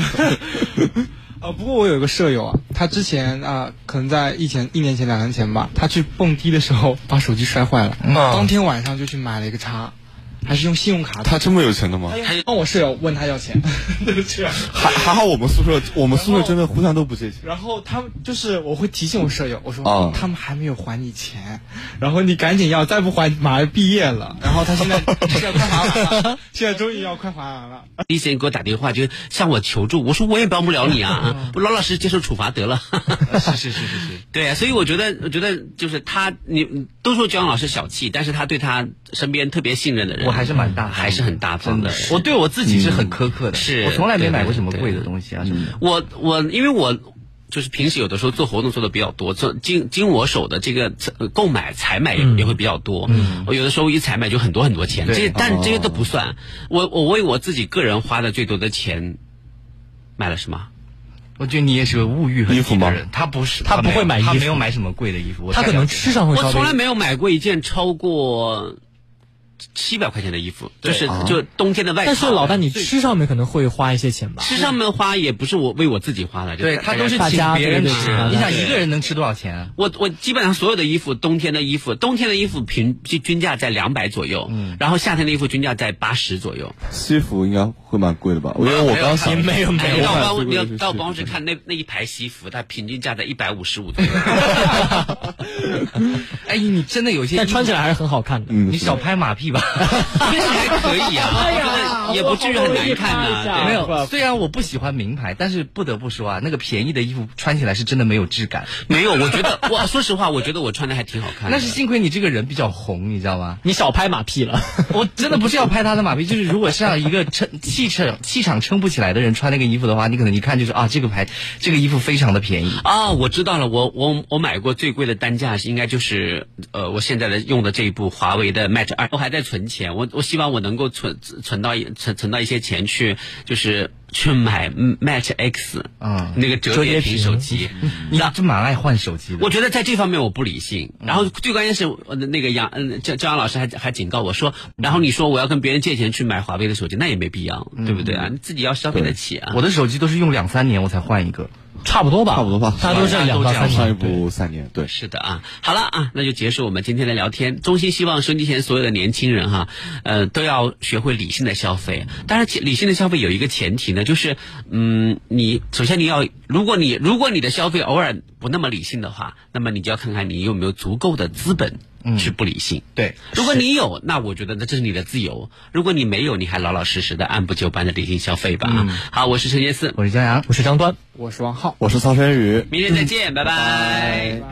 Speaker 5: 啊，不过我有一个舍友啊，他之前啊、可能在一前一年前、两年前吧，他去蹦迪的时候把手机摔坏了，
Speaker 2: 嗯
Speaker 5: 当天晚上就去买了一个叉，还是用信用卡的。
Speaker 4: 嗯他这么有钱的吗？
Speaker 5: 帮我舍友问他要 钱，就是这样。
Speaker 4: 还还好我们宿舍我们宿舍真的互相都不借钱。
Speaker 5: 然后他们就是我会提醒我舍友，我说、
Speaker 4: 啊
Speaker 5: 他们还没有还你钱，然后你赶紧要，再不还马上毕业了。然后他现在现在快还 完了，现在终于要快还完了。
Speaker 1: 第一时间给我打电话就向我求助，我说我也帮不了 你啊， 我老老实实接受处罚得了。
Speaker 2: 嗯是是是是是，
Speaker 1: 对啊，所以我觉得，我觉得就是他，你都说姜老师小气，但是他对他身边特别信任的人，
Speaker 2: 我还是蛮大方的
Speaker 1: 还是很大方
Speaker 2: 真
Speaker 1: 的
Speaker 2: 的。，我对我自嗯己是很苛刻的，
Speaker 1: 是
Speaker 2: 我从来没买过什么
Speaker 1: 对对
Speaker 2: 贵的东西啊什么的。
Speaker 1: 我我因为我就是平时有的时候做活动做的比较多，做经经我手的这个呃购买采买
Speaker 3: 嗯
Speaker 1: 也也会比较多。我有的时候一采买就很多很多钱，这些
Speaker 3: 哦
Speaker 1: 但这些都不算。我我为我自己个人花的最多的钱，买了什么？
Speaker 2: 我觉得你也是个物欲很
Speaker 4: 衣服
Speaker 2: 低
Speaker 4: 吗
Speaker 2: 的人，他不是，
Speaker 3: 他不
Speaker 2: 没有
Speaker 3: 会买衣
Speaker 2: 他
Speaker 3: 服
Speaker 2: 没有买什么贵的衣服，我
Speaker 3: 他
Speaker 2: 太
Speaker 3: 可
Speaker 2: 了
Speaker 3: 能
Speaker 2: 解
Speaker 3: 吃上会稍微
Speaker 1: 我从来没有买过一件超过七百块钱的衣服，就是就冬天的外套。
Speaker 3: 哦但是老大，你吃上面可能会花一些钱吧？
Speaker 1: 吃上面花也不是我为我自己花的，就
Speaker 2: 对
Speaker 1: 大
Speaker 2: 他都是
Speaker 3: 大
Speaker 2: 请
Speaker 3: 家
Speaker 2: 别人
Speaker 3: 对
Speaker 2: 吃
Speaker 3: 对对大，家
Speaker 2: 你想一个人能吃多少钱 啊？
Speaker 1: 我我基本上所有的衣服，冬天的衣服，冬天的衣服平均均价在两百左右，然后夏天的衣服均价在八十左右。
Speaker 4: 西服应该会蛮贵的吧？因为我刚想，
Speaker 3: 没有没
Speaker 1: 哎，
Speaker 3: 有
Speaker 1: 你到办
Speaker 4: 我
Speaker 1: 公
Speaker 4: 买
Speaker 1: 你要
Speaker 4: 最贵的是
Speaker 1: 到办公室
Speaker 4: 西服
Speaker 1: 看那那一排西服，它平均价在一百五十五左右。
Speaker 2: 哎，你真的有些衣
Speaker 3: 但
Speaker 2: 服
Speaker 3: 穿起来还是很好看的。
Speaker 4: 嗯，
Speaker 2: 你
Speaker 4: 是
Speaker 2: 少拍马屁，亿 吧，
Speaker 1: 其实还可以啊，
Speaker 3: 哎呀
Speaker 1: 我觉得也不至于很难看
Speaker 3: 我好容易看一
Speaker 1: 呐、对
Speaker 3: 下
Speaker 2: 没
Speaker 3: 不
Speaker 2: 有。虽然我不喜欢名牌，但是不得不说啊，那个便宜的衣服穿起来是真的没有质感。
Speaker 1: 没有，我觉得我说实话，我觉得我穿的还挺好看的。
Speaker 2: 那是幸亏你这个人比较红，你知道吗？
Speaker 3: 你少拍马屁了。
Speaker 2: 我真的不是要拍他的马屁，就是如果是让一个撑气场气场撑不起来的人穿那个衣服的话，你可能一看就是啊，这个牌这个衣服非常的便宜。
Speaker 1: 啊、我知道了，我我我买过最贵的单价是应该就是呃，我现在的用的这一部华为的 Mate 二，我还在存钱，我我希望我能够存存到一存存到一些钱去，就是去买 Mate X
Speaker 2: 啊
Speaker 1: 那个折叠屏手机。
Speaker 2: 你这蛮爱换手机的。
Speaker 1: 我觉得在这方面我不理性，然后最关键是呃那个杨嗯张张扬老师还还警告我说，然后你说我要跟别人借钱去买华为的手机，那也没必要，对不对啊？你自己要消费得起啊。
Speaker 2: 我的手机都是用两三年我才换一个。
Speaker 3: 差不多吧，
Speaker 4: 差不多吧
Speaker 3: 大家都是两到三
Speaker 4: 上一
Speaker 3: 年。
Speaker 4: 部三年，对，
Speaker 1: 是的啊，好了啊，那就结束我们今天的聊天。衷心希望收音机前所有的年轻人哈，呃，都要学会理性的消费。当然，理性的消费有一个前提呢，就是嗯，你首先你要，如果你如果你的消费偶尔不那么理性的话，那么你就要看看你有没有足够的资本去不理性。
Speaker 2: 对
Speaker 1: 如果你有，那我觉得那这是你的自由；如果你没有，你还老老实实的按部就班的理性消费吧。啊。好，我是陈杰思，
Speaker 2: 我是江阳。
Speaker 3: 我是张端。
Speaker 5: 我是王浩。
Speaker 4: 我是曹晨宇，
Speaker 1: 明天再见，拜拜